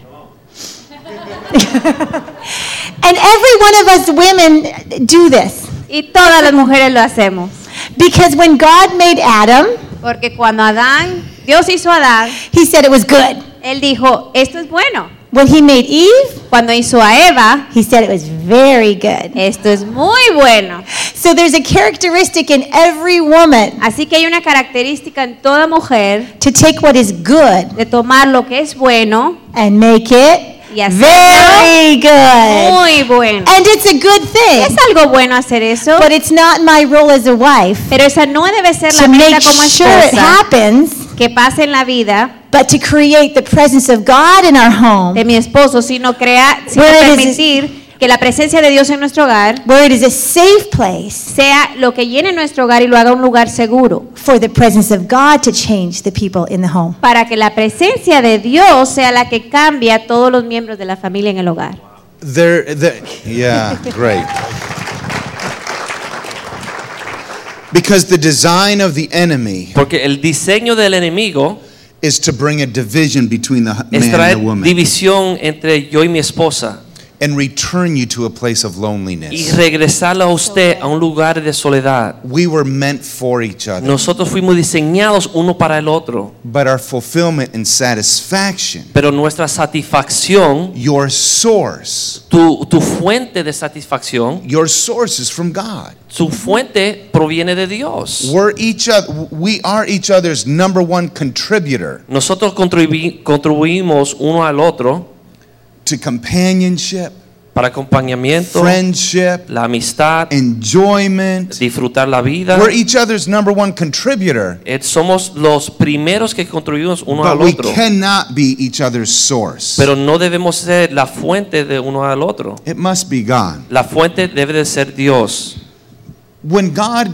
Speaker 4: And every one of us women do this.
Speaker 6: Y todas las mujeres lo hacemos.
Speaker 4: Because when God made Adam,
Speaker 6: Porque cuando Adán, Dios hizo a Adán,
Speaker 4: he said it was good.
Speaker 6: él dijo, esto es bueno.
Speaker 4: When he made Eve,
Speaker 6: Cuando hizo a Eva,
Speaker 4: he said it was very good.
Speaker 6: esto es muy bueno.
Speaker 4: So there's a characteristic in every woman
Speaker 6: Así que hay una característica en toda mujer
Speaker 4: to take what is good
Speaker 6: de tomar lo que es bueno
Speaker 4: and make it
Speaker 6: y hacerlo
Speaker 4: very good.
Speaker 6: muy bueno.
Speaker 4: And it's a good
Speaker 6: Es
Speaker 4: thing.
Speaker 6: algo bueno hacer eso,
Speaker 4: But it's not my role as a wife
Speaker 6: pero esa no debe ser la
Speaker 4: to make
Speaker 6: meta como
Speaker 4: sure it
Speaker 6: esposa
Speaker 4: happens,
Speaker 6: que pase en la vida
Speaker 4: but to create the presence of God in our home
Speaker 6: de mi esposo, sino crear, sino
Speaker 4: Where it is-
Speaker 6: permitir que la presencia de Dios en nuestro hogar
Speaker 4: where it is a safe place
Speaker 6: sea lo que llene nuestro hogar y lo haga un lugar seguro,
Speaker 4: for the presence of God to change the people in the home.
Speaker 6: para que la presencia de Dios sea la que cambie a todos los miembros de la familia en el hogar.
Speaker 7: There, there yeah, great. Because the design of the enemy
Speaker 5: Porque el diseño del enemigo
Speaker 7: is to bring a division between the
Speaker 5: es
Speaker 7: man
Speaker 5: traer
Speaker 7: and the woman
Speaker 5: división entre yo y mi esposa
Speaker 7: and return you to a place of
Speaker 5: y
Speaker 7: loneliness.
Speaker 5: regresarla a usted a un lugar de soledad.
Speaker 7: We were meant for each other,
Speaker 5: Nosotros fuimos diseñados uno para el otro,
Speaker 7: but our fulfillment and satisfaction,
Speaker 5: pero nuestra satisfacción,
Speaker 7: your source,
Speaker 5: tu, tu fuente de satisfacción,
Speaker 7: your source is from God.
Speaker 5: su fuente proviene de Dios.
Speaker 7: We're each other, we are each other's number one contributor
Speaker 5: Nosotros contribu- contribuimos uno al otro
Speaker 7: to companionship,
Speaker 5: para acompañamiento,
Speaker 7: friendship,
Speaker 5: la amistad,
Speaker 7: enjoyment.
Speaker 5: disfrutar la vida.
Speaker 7: We're e- each other's number one contributor,
Speaker 5: Eh, Somos los primeros que contribuimos uno
Speaker 7: but
Speaker 5: al
Speaker 7: we
Speaker 5: otro,
Speaker 7: cannot be each other's source.
Speaker 5: pero no debemos ser la fuente de uno al otro.
Speaker 7: It must be God.
Speaker 5: La fuente debe de ser Dios.
Speaker 7: When God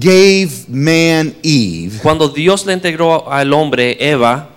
Speaker 7: gave man Eve,
Speaker 5: Cuando Dios le integró al hombre Eva,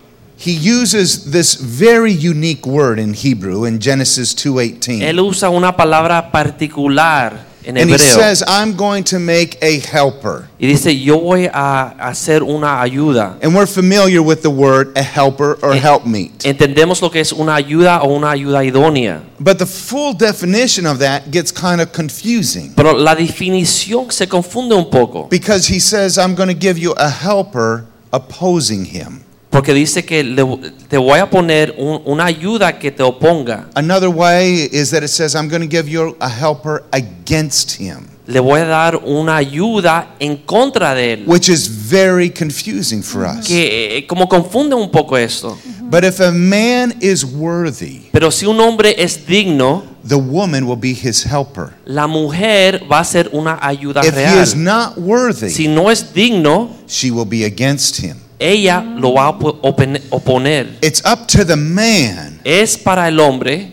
Speaker 7: he uses this very unique word in Hebrew in Genesis
Speaker 5: él
Speaker 7: 2:18.
Speaker 5: usa una palabra particular en
Speaker 7: Mm. And he
Speaker 5: hebreo.
Speaker 7: says, I'm going to make a helper.
Speaker 5: Y dice, yo voy a hacer una ayuda.
Speaker 7: And we're familiar with the word a helper or
Speaker 5: Eh.
Speaker 7: helpmeet.
Speaker 5: Entendemos lo que es una ayuda o una ayuda idónea.
Speaker 7: But the full definition of that gets kind of confusing
Speaker 5: Pero la definición se confunde un poco.
Speaker 7: because he says, I'm going to give you a helper opposing him.
Speaker 5: Porque dice que le- te voy a poner un- una ayuda que te oponga.
Speaker 7: Another way is that it says, I'm going to give you a helper against him,
Speaker 5: Le voy a dar una ayuda en contra de él.
Speaker 7: which is very confusing for us.
Speaker 5: Que eh, como confunde un poco esto.
Speaker 7: But if a man is worthy,
Speaker 5: Pero si un hombre es digno,
Speaker 7: the woman will be his helper.
Speaker 5: la mujer va a ser una ayuda
Speaker 7: If he is
Speaker 5: real.
Speaker 7: not worthy,
Speaker 5: Si no es digno,
Speaker 7: she will be against him.
Speaker 5: ella lo va a opo- opone- oponer.
Speaker 7: It's up to the man
Speaker 5: Es para el hombre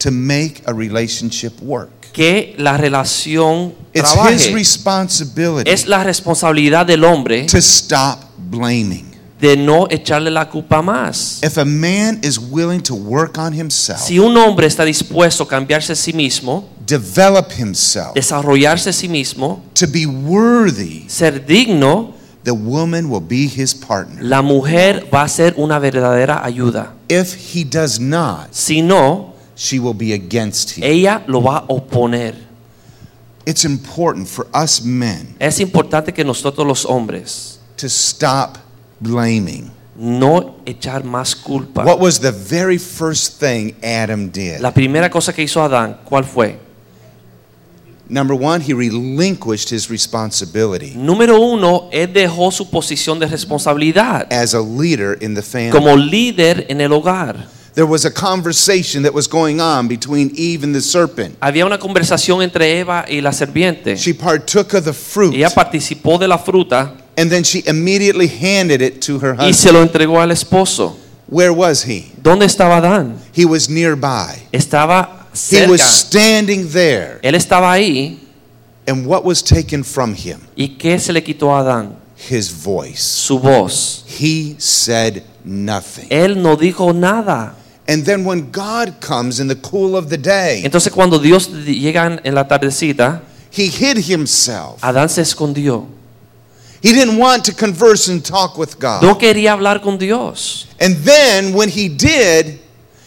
Speaker 7: to make a relationship work.
Speaker 5: que la relación
Speaker 7: It's his
Speaker 5: trabaje.
Speaker 7: responsibility
Speaker 5: Es la responsabilidad del hombre
Speaker 7: to stop blaming.
Speaker 5: de no echarle la culpa más.
Speaker 7: If a man is willing to work on himself,
Speaker 5: Si un hombre está dispuesto a cambiarse a sí mismo,
Speaker 7: develop himself,
Speaker 5: desarrollarse a sí mismo,
Speaker 7: to be worthy,
Speaker 5: ser digno,
Speaker 7: the woman will be his partner.
Speaker 5: la mujer va a ser una verdadera ayuda.
Speaker 7: If he does not,
Speaker 5: Si no,
Speaker 7: she will be against him.
Speaker 5: ella lo va a oponer.
Speaker 7: It's important for us men
Speaker 5: Es importante que nosotros los hombres
Speaker 7: to stop blaming.
Speaker 5: no echar más culpa.
Speaker 7: What was the very first thing Adam did?
Speaker 5: La primera cosa que hizo Adán, ¿cuál fue?
Speaker 7: Number one, he relinquished his responsibility
Speaker 5: Número uno, él dejó su posición de responsabilidad
Speaker 7: as a leader in the family.
Speaker 5: como líder en el hogar.
Speaker 7: There was a conversation that was going on between Eve and the serpent.
Speaker 5: Había una conversación entre Eva y la serpiente.
Speaker 7: She partook of the fruit
Speaker 5: Ella participó de la fruta
Speaker 7: and then she immediately handed it to her
Speaker 5: y
Speaker 7: husband.
Speaker 5: se lo entregó al esposo.
Speaker 7: Where was he?
Speaker 5: ¿Dónde estaba Adán?
Speaker 7: He was nearby.
Speaker 5: Estaba
Speaker 7: He
Speaker 5: cerca.
Speaker 7: was standing there.
Speaker 5: Él estaba ahí.
Speaker 7: And what was taken from him?
Speaker 5: ¿Y qué se le quitó a Adán?
Speaker 7: His voice.
Speaker 5: Su voz.
Speaker 7: He said nothing.
Speaker 5: Él no dijo nada.
Speaker 7: And then when God comes in the cool of the day,
Speaker 5: Entonces cuando Dios llega en- en la tardecita,
Speaker 7: he hid himself.
Speaker 5: Adán se escondió.
Speaker 7: He didn't want to converse and talk with
Speaker 5: No
Speaker 7: God.
Speaker 5: quería hablar con Dios.
Speaker 7: And then when he did,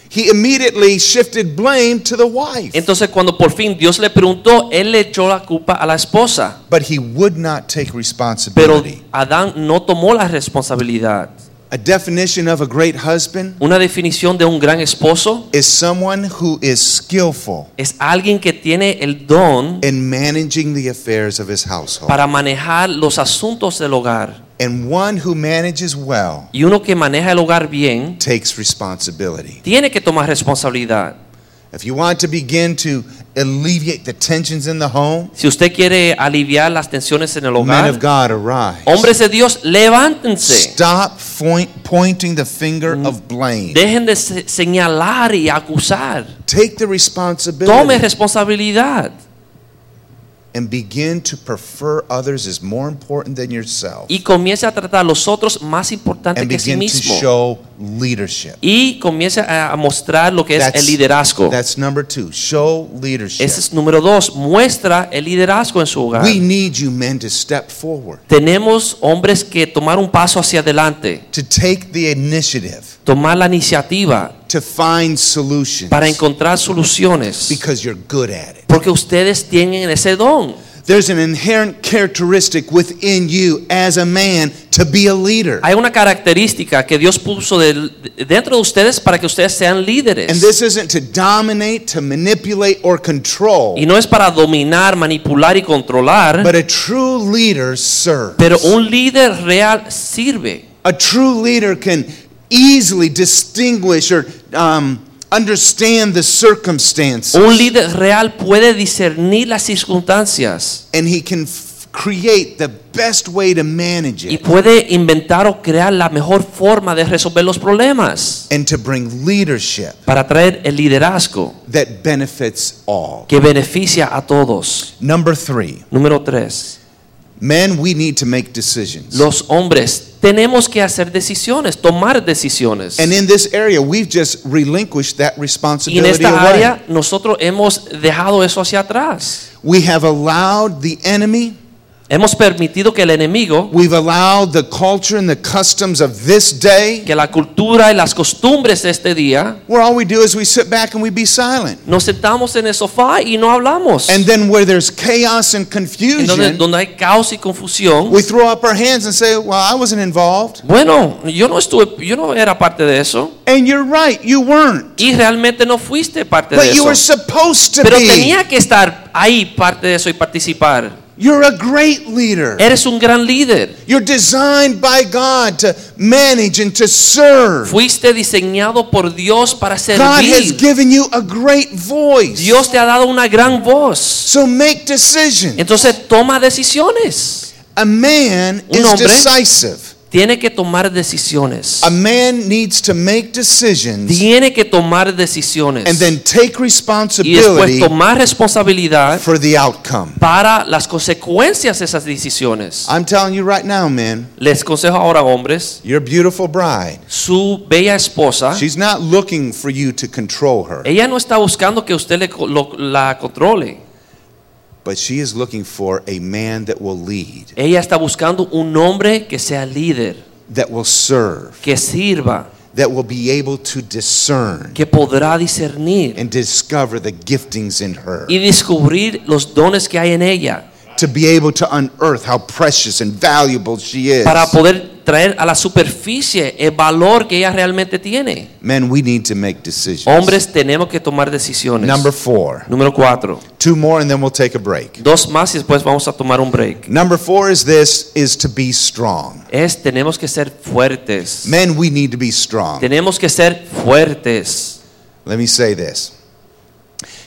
Speaker 7: he immediately shifted blame to the wife.
Speaker 5: Entonces cuando por fin Dios le preguntó, él le echó la culpa a la esposa.
Speaker 7: But he would not take
Speaker 5: Pero
Speaker 7: responsibility.
Speaker 5: Adán no tomó la responsabilidad.
Speaker 7: A definition of a great husband
Speaker 5: Una definición de un gran esposo
Speaker 7: is someone who is skillful
Speaker 5: es alguien que tiene el don
Speaker 7: in managing the affairs of his household
Speaker 5: para manejar los asuntos del hogar.
Speaker 7: and one who manages well
Speaker 5: Y uno que maneja el hogar bien
Speaker 7: takes responsibility.
Speaker 5: tiene que tomar responsabilidad.
Speaker 7: If you want to begin to alleviate the tensions in the home,
Speaker 5: Si usted quiere aliviar las tensiones en el
Speaker 7: men of
Speaker 5: hogar,
Speaker 7: God arise.
Speaker 5: hombres de Dios, levántense.
Speaker 7: Stop point, pointing the finger
Speaker 5: Mm.
Speaker 7: of blame.
Speaker 5: Dejen de se- señalar y acusar.
Speaker 7: Take the
Speaker 5: Tome
Speaker 7: responsibility
Speaker 5: responsabilidad
Speaker 7: and begin to prefer others as more important than yourself
Speaker 5: y comience a tratar a los otros más importante
Speaker 7: and
Speaker 5: que sí
Speaker 7: begin to
Speaker 5: mismo.
Speaker 7: show leadership.
Speaker 5: Y comience a a mostrar lo que es el liderazgo.
Speaker 7: That's number two. Show leadership.
Speaker 5: Ese es número dos. Muestra el liderazgo en su hogar.
Speaker 7: We need you men to step forward,
Speaker 5: Tenemos hombres que tomar un paso hacia adelante,
Speaker 7: to take the initiative,
Speaker 5: tomar la iniciativa
Speaker 7: to find solutions
Speaker 5: para encontrar soluciones.
Speaker 7: because you're good at it.
Speaker 5: Porque ustedes tienen ese don.
Speaker 7: There's an inherent characteristic within you as a man to be a leader.
Speaker 5: Hay una característica que Dios puso del- dentro de ustedes para que ustedes sean líderes.
Speaker 7: And this isn't to dominate, to manipulate, or control.
Speaker 5: Y no es para dominar, manipular y controlar,
Speaker 7: But a true leader serves.
Speaker 5: pero un líder real sirve.
Speaker 7: a true leader can easily distinguish or um, understand the circumstances,
Speaker 5: Un líder real puede discernir las circunstancias
Speaker 7: and he can f- create the best way to manage
Speaker 5: y
Speaker 7: it
Speaker 5: puede inventar o crear la mejor forma de resolver los problemas
Speaker 7: and to bring leadership
Speaker 5: para traer el liderazgo
Speaker 7: that benefits all.
Speaker 5: que beneficia a todos.
Speaker 7: Number three,
Speaker 5: Número tres,
Speaker 7: men, we need to make decisions.
Speaker 5: los hombres tenemos que hacer decisiones, tomar decisiones.
Speaker 7: And in this area, we've just relinquished that
Speaker 5: y en
Speaker 7: responsibility
Speaker 5: esta
Speaker 7: away.
Speaker 5: área nosotros hemos dejado eso hacia atrás.
Speaker 7: We have allowed the enemy,
Speaker 5: Hemos permitido que el enemigo,
Speaker 7: we've allowed the culture and the customs of this day,
Speaker 5: que la cultura y las costumbres de este día,
Speaker 7: where all we do is we sit back and we be silent.
Speaker 5: nos sentamos en el sofá y no hablamos.
Speaker 7: And then where there's chaos and
Speaker 5: Entonces,
Speaker 7: confusion,
Speaker 5: donde hay caos y confusión,
Speaker 7: we throw up our hands and say, Well, I wasn't involved.
Speaker 5: bueno, yo no estuve, yo no era parte de eso
Speaker 7: And you're right, you weren't.
Speaker 5: y realmente no fuiste parte de
Speaker 7: But you
Speaker 5: eso.
Speaker 7: were supposed to
Speaker 5: Pero
Speaker 7: be.
Speaker 5: tenía que estar ahí parte de eso y participar.
Speaker 7: You're a great leader.
Speaker 5: Eres un gran líder.
Speaker 7: You're designed by God to manage and to serve.
Speaker 5: Fuiste diseñado por Dios para
Speaker 7: God has
Speaker 5: servir.
Speaker 7: given you a great voice.
Speaker 5: Dios te ha dado una gran voz.
Speaker 7: So make decisions.
Speaker 5: Entonces toma decisiones.
Speaker 7: A man
Speaker 5: Un
Speaker 7: is
Speaker 5: hombre-
Speaker 7: decisive.
Speaker 5: Tiene que tomar decisiones.
Speaker 7: A man needs to make decisions
Speaker 5: Tiene que tomar decisiones.
Speaker 7: and then take
Speaker 5: y después
Speaker 7: responsibility
Speaker 5: tomar responsabilidad
Speaker 7: for the outcome.
Speaker 5: para las consecuencias de esas decisiones.
Speaker 7: I'm telling you right now, man,
Speaker 5: Les consejo ahora, hombres,
Speaker 7: your beautiful bride,
Speaker 5: su bella esposa,
Speaker 7: she's not looking for you to control her,
Speaker 5: ella no está buscando que usted le co- lo- la controle.
Speaker 7: but she is looking for a man that will lead,
Speaker 5: Ella está buscando un hombre que sea líder,
Speaker 7: that will serve,
Speaker 5: que sirva,
Speaker 7: that will be able to discern
Speaker 5: que podrá discernir
Speaker 7: and discover the giftings in her,
Speaker 5: y descubrir los dones que hay en ella
Speaker 7: to be able to unearth how precious and valuable she is.
Speaker 5: para poder traer a la superficie el valor que ella realmente tiene.
Speaker 7: Men, we need to make decisions.
Speaker 5: Hombres, tenemos que tomar decisiones.
Speaker 7: Number four.
Speaker 5: Número cuatro.
Speaker 7: Two more and then we'll take a break.
Speaker 5: Dos más y después vamos a tomar un break.
Speaker 7: Number four is this is to be strong.
Speaker 5: Es tenemos que ser fuertes.
Speaker 7: Men, we need to be strong.
Speaker 5: Tenemos que ser fuertes.
Speaker 7: Let me say this.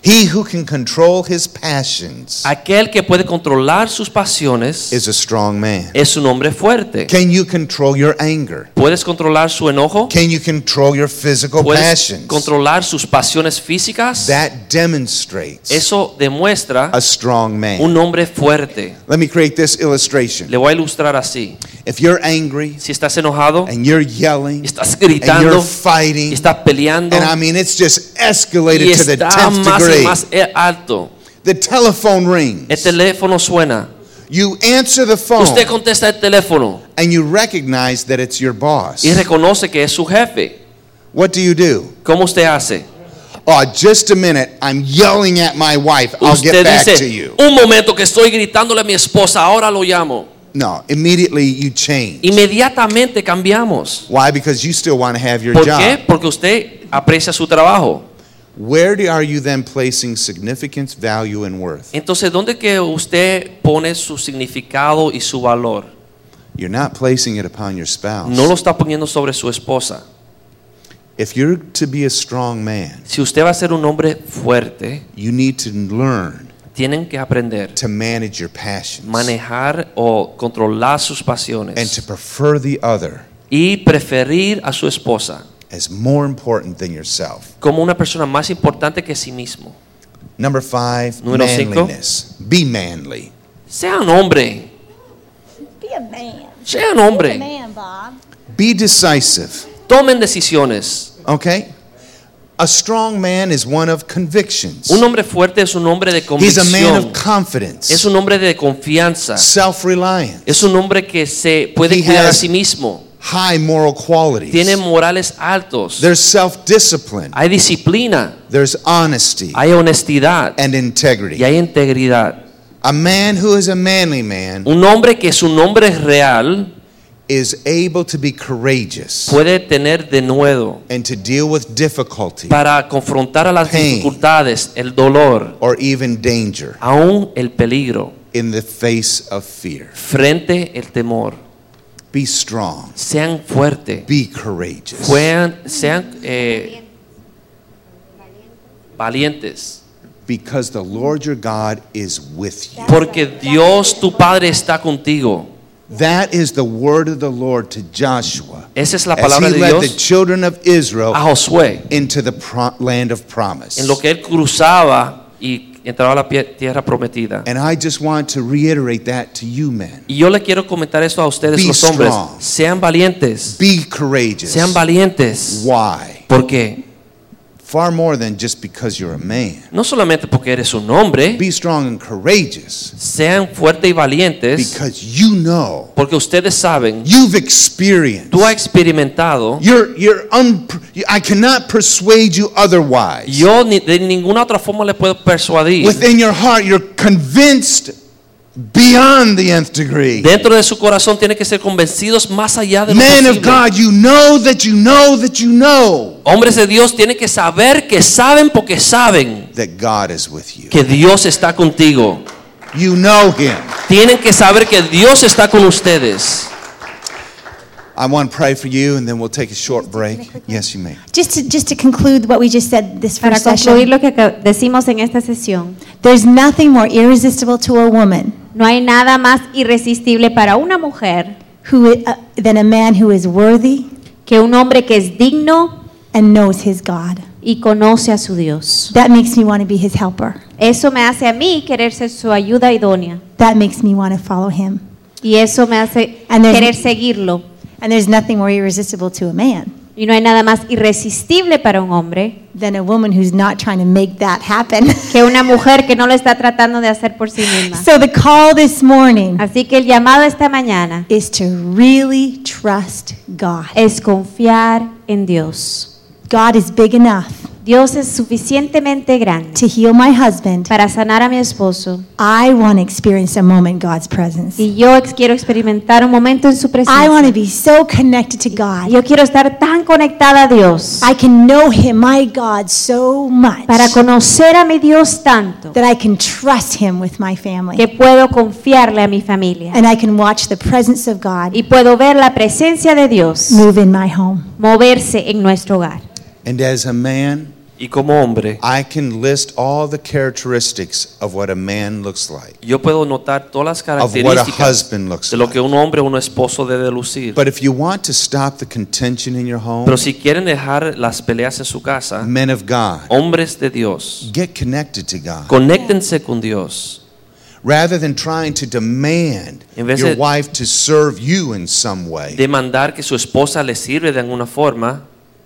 Speaker 7: He who can control his passions
Speaker 5: Aquel que puede controlar sus pasiones
Speaker 7: is a strong man.
Speaker 5: es un hombre fuerte.
Speaker 7: Can you control your anger?
Speaker 5: Puedes controlar su enojo.
Speaker 7: Can you control your physical
Speaker 5: Puedes
Speaker 7: passions?
Speaker 5: controlar sus pasiones físicas.
Speaker 7: That demonstrates
Speaker 5: Eso demuestra
Speaker 7: a strong man.
Speaker 5: un hombre fuerte.
Speaker 7: Let me create this illustration.
Speaker 5: Le voy a ilustrar así.
Speaker 7: If you're angry
Speaker 5: Si estás enojado,
Speaker 7: and you're yelling
Speaker 5: y estás
Speaker 7: and you're
Speaker 5: gritando, y
Speaker 7: fighting,
Speaker 5: estás peleando,
Speaker 7: and I mean it's just
Speaker 5: y
Speaker 7: escalated to the
Speaker 5: está
Speaker 7: 10th
Speaker 5: más y
Speaker 7: degree.
Speaker 5: más eh, alto.
Speaker 7: The telephone
Speaker 5: El
Speaker 7: rings.
Speaker 5: teléfono suena.
Speaker 7: You answer the phone
Speaker 5: Usted contesta el teléfono
Speaker 7: and you recognize that it's your boss.
Speaker 5: y reconoce que es su jefe.
Speaker 7: What do you do?
Speaker 5: ¿Cómo usted hace?
Speaker 7: Oh, just a minute. I'm yelling at my wife. I'll
Speaker 5: Usted
Speaker 7: get back to
Speaker 5: dice,
Speaker 7: you.
Speaker 5: un momento que estoy gritándole a mi esposa, ahora lo llamo.
Speaker 7: No, immediately you change.
Speaker 5: Inmediatamente cambiamos.
Speaker 7: Why? Because you still want to have your
Speaker 5: ¿Por
Speaker 7: job.
Speaker 5: qué? Porque usted aprecia su trabajo.
Speaker 7: Where do- are you then placing significance, value, and worth?
Speaker 5: Entonces, ¿dónde que usted pone su significado y su valor?
Speaker 7: You're not placing it upon your spouse.
Speaker 5: No lo está poniendo sobre su esposa.
Speaker 7: If you're to be a strong man,
Speaker 5: Si usted va a ser un hombre fuerte,
Speaker 7: you need to learn
Speaker 5: tienen que aprender
Speaker 7: to manage your passions
Speaker 5: manejar o controlar sus
Speaker 7: and to
Speaker 5: pasiones
Speaker 7: prefer the other
Speaker 5: y preferir a su esposa
Speaker 7: as more important than yourself.
Speaker 5: como una persona más importante que sí mismo.
Speaker 7: Number five,
Speaker 5: Número cinco.
Speaker 7: manliness. Be manly.
Speaker 5: Sean hombre,
Speaker 4: Be a man.
Speaker 5: sean hombre,
Speaker 4: man, Bob.
Speaker 7: Be decisive.
Speaker 5: tomen decisiones.
Speaker 7: Okay? A strong man is one of convictions.
Speaker 5: Un hombre fuerte es un hombre de
Speaker 7: He's a man of
Speaker 5: convicción, es
Speaker 7: confidence,
Speaker 5: un hombre de confianza,
Speaker 7: self reliance,
Speaker 5: es un hombre que se
Speaker 7: He
Speaker 5: puede cuidar a
Speaker 7: has-
Speaker 5: sí mismo,
Speaker 7: high moral qualities.
Speaker 5: tiene morales altos,
Speaker 7: There's self discipline,
Speaker 5: hay disciplina,
Speaker 7: there's honesty
Speaker 5: hay honestidad
Speaker 7: and
Speaker 5: y
Speaker 7: integrity.
Speaker 5: hay integridad.
Speaker 7: A man who is a manly man
Speaker 5: Un hombre que su nombre es real
Speaker 7: is able to be courageous
Speaker 5: puede tener de nuevo
Speaker 7: and to deal with difficulty
Speaker 5: para confrontar a las
Speaker 7: Pain.
Speaker 5: dificultades, el dolor,
Speaker 7: or even danger
Speaker 5: aún el peligro,
Speaker 7: in the face of fear.
Speaker 5: frente el temor.
Speaker 7: Be strong,
Speaker 5: Sean fuertes,
Speaker 7: be courageous.
Speaker 5: sean, sean eh, valientes,
Speaker 7: Because the Lord your God is with you.
Speaker 5: porque Dios tu Padre está contigo.
Speaker 7: That is the word of the Lord to Joshua
Speaker 5: Esa es la
Speaker 7: as
Speaker 5: palabra
Speaker 7: he
Speaker 5: de
Speaker 7: led the
Speaker 5: Dios
Speaker 7: children of
Speaker 5: a
Speaker 7: Israel
Speaker 5: Josué,
Speaker 7: into the pro- land of promise.
Speaker 5: en lo que él cruzaba y y entraba a la pie- tierra prometida.
Speaker 7: And I just want to reiterate that to you, men.
Speaker 5: Y yo le quiero comentar eso a ustedes,
Speaker 7: Be
Speaker 5: los hombres.
Speaker 7: strong.
Speaker 5: Sean valientes.
Speaker 7: Be courageous.
Speaker 5: Sean valientes.
Speaker 7: Why?
Speaker 5: Porque
Speaker 7: Far more than just because you're a man.
Speaker 5: no solamente porque eres un hombre,
Speaker 7: Be strong and courageous
Speaker 5: sean fuertes y valientes.
Speaker 7: because you know,
Speaker 5: Porque ustedes saben,
Speaker 7: you've experienced.
Speaker 5: tú has experimentado.
Speaker 7: You're, you're un, I cannot persuade you otherwise.
Speaker 5: Yo ni- de ninguna otra forma le puedo persuadir.
Speaker 7: Within your heart, you're convinced beyond the nth degree.
Speaker 5: Dentro de su corazón tienen que ser convencidos más allá de lo
Speaker 7: Men of
Speaker 5: posible.
Speaker 7: God, you know that you know that you know
Speaker 5: Hombres de Dios tienen que saber que saben porque saben
Speaker 7: that God is with you.
Speaker 5: que Dios está contigo.
Speaker 7: You know Him.
Speaker 5: Tienen que saber que Dios está con ustedes.
Speaker 7: I want to pray for you, and then we'll take a short break. Yes, you may.
Speaker 4: Just to, just to conclude what we just said this
Speaker 6: Para
Speaker 4: first
Speaker 6: concluir
Speaker 4: session,
Speaker 6: lo que acá- decimos en esta sesión,
Speaker 4: there's nothing more irresistible to a woman
Speaker 6: no hay nada más irresistible para una mujer
Speaker 4: who, uh, than a man who is worthy
Speaker 6: que un hombre que es digno
Speaker 4: and knows his God.
Speaker 6: y conoce a su Dios.
Speaker 4: That makes me want to be his helper.
Speaker 6: Eso me hace a mí querer ser su ayuda idónea
Speaker 4: That makes me want to follow him.
Speaker 6: y eso me hace
Speaker 4: And there's-
Speaker 6: querer seguirlo.
Speaker 4: And there's nothing more irresistible to a man
Speaker 6: Y no hay nada más irresistible para un hombre
Speaker 4: than a woman who's not trying to make that happen.
Speaker 6: que una mujer que no lo está tratando de hacer por sí misma.
Speaker 4: so the call this morning
Speaker 6: Así que el llamado esta mañana
Speaker 4: is to really trust God.
Speaker 6: es confiar en Dios.
Speaker 4: God is big enough
Speaker 6: Dios es suficientemente grande
Speaker 4: to heal my husband.
Speaker 6: para sanar a mi esposo
Speaker 4: I want to experience a moment in God's presence.
Speaker 6: y yo ex- quiero experimentar un momento en su
Speaker 4: I want to
Speaker 6: presencia.
Speaker 4: be so connected to God.
Speaker 6: Yo quiero estar tan conectada a Dios
Speaker 4: I can know Him, my God, so much
Speaker 6: para conocer a mi Dios tanto
Speaker 4: that I can trust Him with my family.
Speaker 6: que puedo confiarle a mi familia
Speaker 4: And I can watch the presence of God
Speaker 6: y puedo ver la presencia de Dios
Speaker 4: move in my home.
Speaker 6: moverse en nuestro hogar.
Speaker 7: And as a man,
Speaker 5: Y como hombre,
Speaker 7: I can list all the characteristics of what a man looks like,
Speaker 5: yo puedo notar todas las
Speaker 7: of what a
Speaker 5: características
Speaker 7: husband looks
Speaker 5: de lo que
Speaker 7: like.
Speaker 5: un hombre o un esposo debe lucir.
Speaker 7: But if you want to stop the contention in your home,
Speaker 5: Pero si quieren dejar las peleas en su casa,
Speaker 7: men of God,
Speaker 5: hombres de Dios,
Speaker 7: get connected to God.
Speaker 5: conéctense con Dios.
Speaker 7: Rather than trying to demand
Speaker 5: En vez
Speaker 7: your
Speaker 5: de-
Speaker 7: wife to serve you in some way,
Speaker 5: Demandar que su esposa le sirve de alguna forma.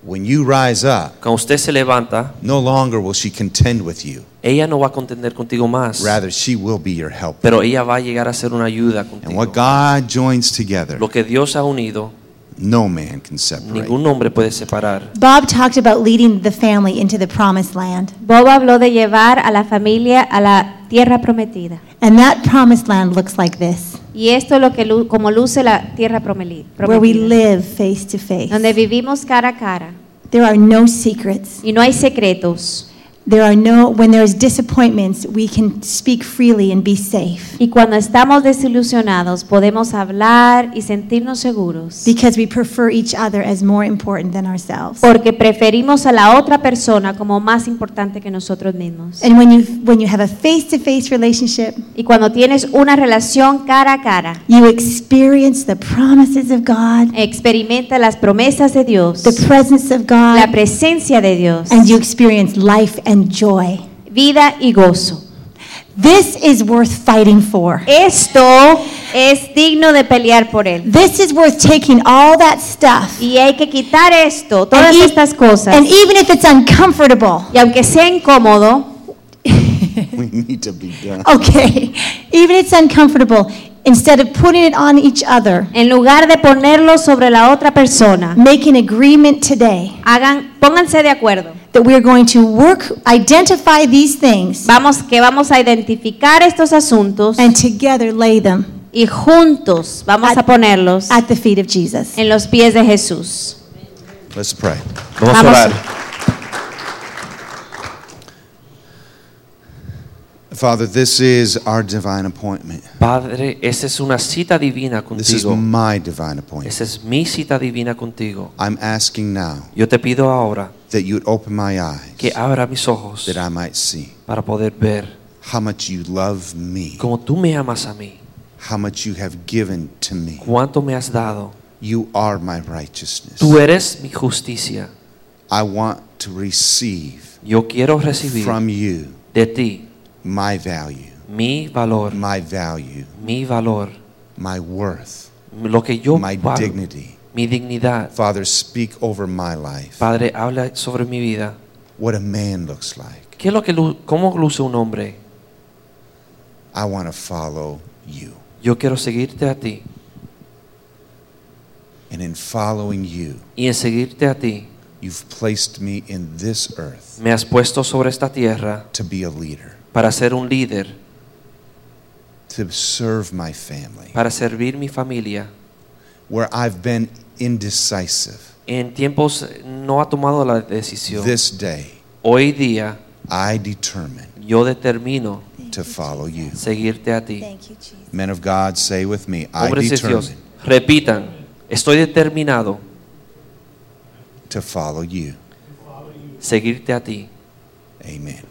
Speaker 7: when you rise up,
Speaker 5: Cuando usted se levanta,
Speaker 7: no longer will she contend with you.
Speaker 5: ella no va a contender contigo más.
Speaker 7: Rather, she will be your helper.
Speaker 5: Pero ella va a llegar a ser una ayuda
Speaker 7: And
Speaker 5: contigo.
Speaker 7: what God joins together,
Speaker 5: Lo que Dios ha unido,
Speaker 7: no man can separate.
Speaker 5: ningún hombre puede separar.
Speaker 4: Bob talked about leading the family into the promised land.
Speaker 6: Bob habló de llevar a la familia a la tierra prometida.
Speaker 4: And that promised land looks like this
Speaker 6: Y esto es lo que lu- como luce la tierra promeli-
Speaker 4: where we
Speaker 6: prometida,
Speaker 4: live face to face.
Speaker 6: donde vivimos cara a cara
Speaker 4: There are no secrets.
Speaker 6: y no hay secretos.
Speaker 4: There are no, when there's disappointments, we can speak freely and be safe
Speaker 6: Y cuando estamos desilusionados, podemos hablar y sentirnos seguros,
Speaker 4: because we prefer each other as more important than ourselves.
Speaker 6: porque preferimos a la otra persona como más importante que nosotros mismos.
Speaker 4: And when you, when you have a face to face relationship,
Speaker 6: Y cuando tienes una relación cara a cara,
Speaker 4: you experience the promises of God,
Speaker 6: experimenta las promesas de Dios,
Speaker 4: the presence of
Speaker 6: la
Speaker 4: God,
Speaker 6: presencia de Dios,
Speaker 4: and you experience life and joy.
Speaker 6: vida y gozo.
Speaker 4: This is worth fighting for.
Speaker 6: Esto es digno de pelear por él.
Speaker 4: This is worth taking all that stuff.
Speaker 6: Y hay que quitar esto, todas
Speaker 4: And e-
Speaker 6: estas cosas.
Speaker 4: And even if it's uncomfortable,
Speaker 6: Y aunque sea incómodo,
Speaker 7: We need to be done.
Speaker 4: okay, even if it's uncomfortable, instead of putting it on each other,
Speaker 6: en lugar de ponerlo sobre la otra persona,
Speaker 4: make an agreement today
Speaker 6: hagan, pónganse de acuerdo.
Speaker 4: that we're going to work, identify these things,
Speaker 6: Vamos que vamos a identificar estos asuntos
Speaker 4: and together lay them
Speaker 6: y juntos vamos a ponerlos
Speaker 4: at the feet of Jesus.
Speaker 6: en los pies de Jesús.
Speaker 7: Let's pray.
Speaker 5: Vamos a
Speaker 6: Vamos.
Speaker 5: orar.
Speaker 7: Father, this is our divine appointment.
Speaker 5: Padre, esa es una cita divina
Speaker 7: This is
Speaker 5: contigo.
Speaker 7: my divine appointment.
Speaker 5: Esa es mi cita divina contigo.
Speaker 7: I'm asking now
Speaker 5: Yo te pido ahora
Speaker 7: that you would open my
Speaker 5: que
Speaker 7: eyes
Speaker 5: abra mis ojos
Speaker 7: that I might see
Speaker 5: para poder ver
Speaker 7: how much you love me,
Speaker 5: cómo tú me amas a mí,
Speaker 7: how much you have given to me.
Speaker 5: cuánto me has dado.
Speaker 7: You are my righteousness.
Speaker 5: Tú eres mi justicia.
Speaker 7: I want to receive
Speaker 5: Yo quiero recibir
Speaker 7: from you
Speaker 5: de ti
Speaker 7: my value,
Speaker 5: mi valor,
Speaker 7: my value,
Speaker 5: mi valor,
Speaker 7: my worth,
Speaker 5: lo que yo
Speaker 7: my
Speaker 5: valgo,
Speaker 7: dignity.
Speaker 5: mi dignidad.
Speaker 7: Father, speak over my life.
Speaker 5: Padre, habla sobre mi vida.
Speaker 7: What a man looks like.
Speaker 5: ¿Qué es lo que lu- cómo luce un hombre?
Speaker 7: I want to follow you.
Speaker 5: Yo quiero seguirte a ti
Speaker 7: And in following you,
Speaker 5: y en seguirte a ti
Speaker 7: you've placed me in this earth
Speaker 5: me has puesto sobre esta tierra
Speaker 7: to be a leader,
Speaker 5: para ser un líder,
Speaker 7: to serve my family,
Speaker 5: para servir mi familia.
Speaker 7: where I've been indecisive.
Speaker 5: En tiempos eh, no ha tomado la decisión.
Speaker 7: This day,
Speaker 5: Hoy día
Speaker 7: I determine
Speaker 5: yo determino
Speaker 7: to follow you.
Speaker 5: seguirte a ti.
Speaker 4: Thank you, Jesus.
Speaker 7: Men of God, say with me, I
Speaker 5: Hombres de Dios,
Speaker 7: determine
Speaker 5: repitan, estoy determinado
Speaker 7: to follow you.
Speaker 5: seguirte a ti.
Speaker 7: Amen.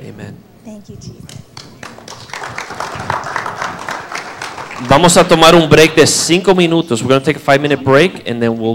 Speaker 5: Amen.
Speaker 4: Thank you, Jesus.
Speaker 5: Vamos a tomar un break de cinco minutos. We're going to take a five minute break and then we'll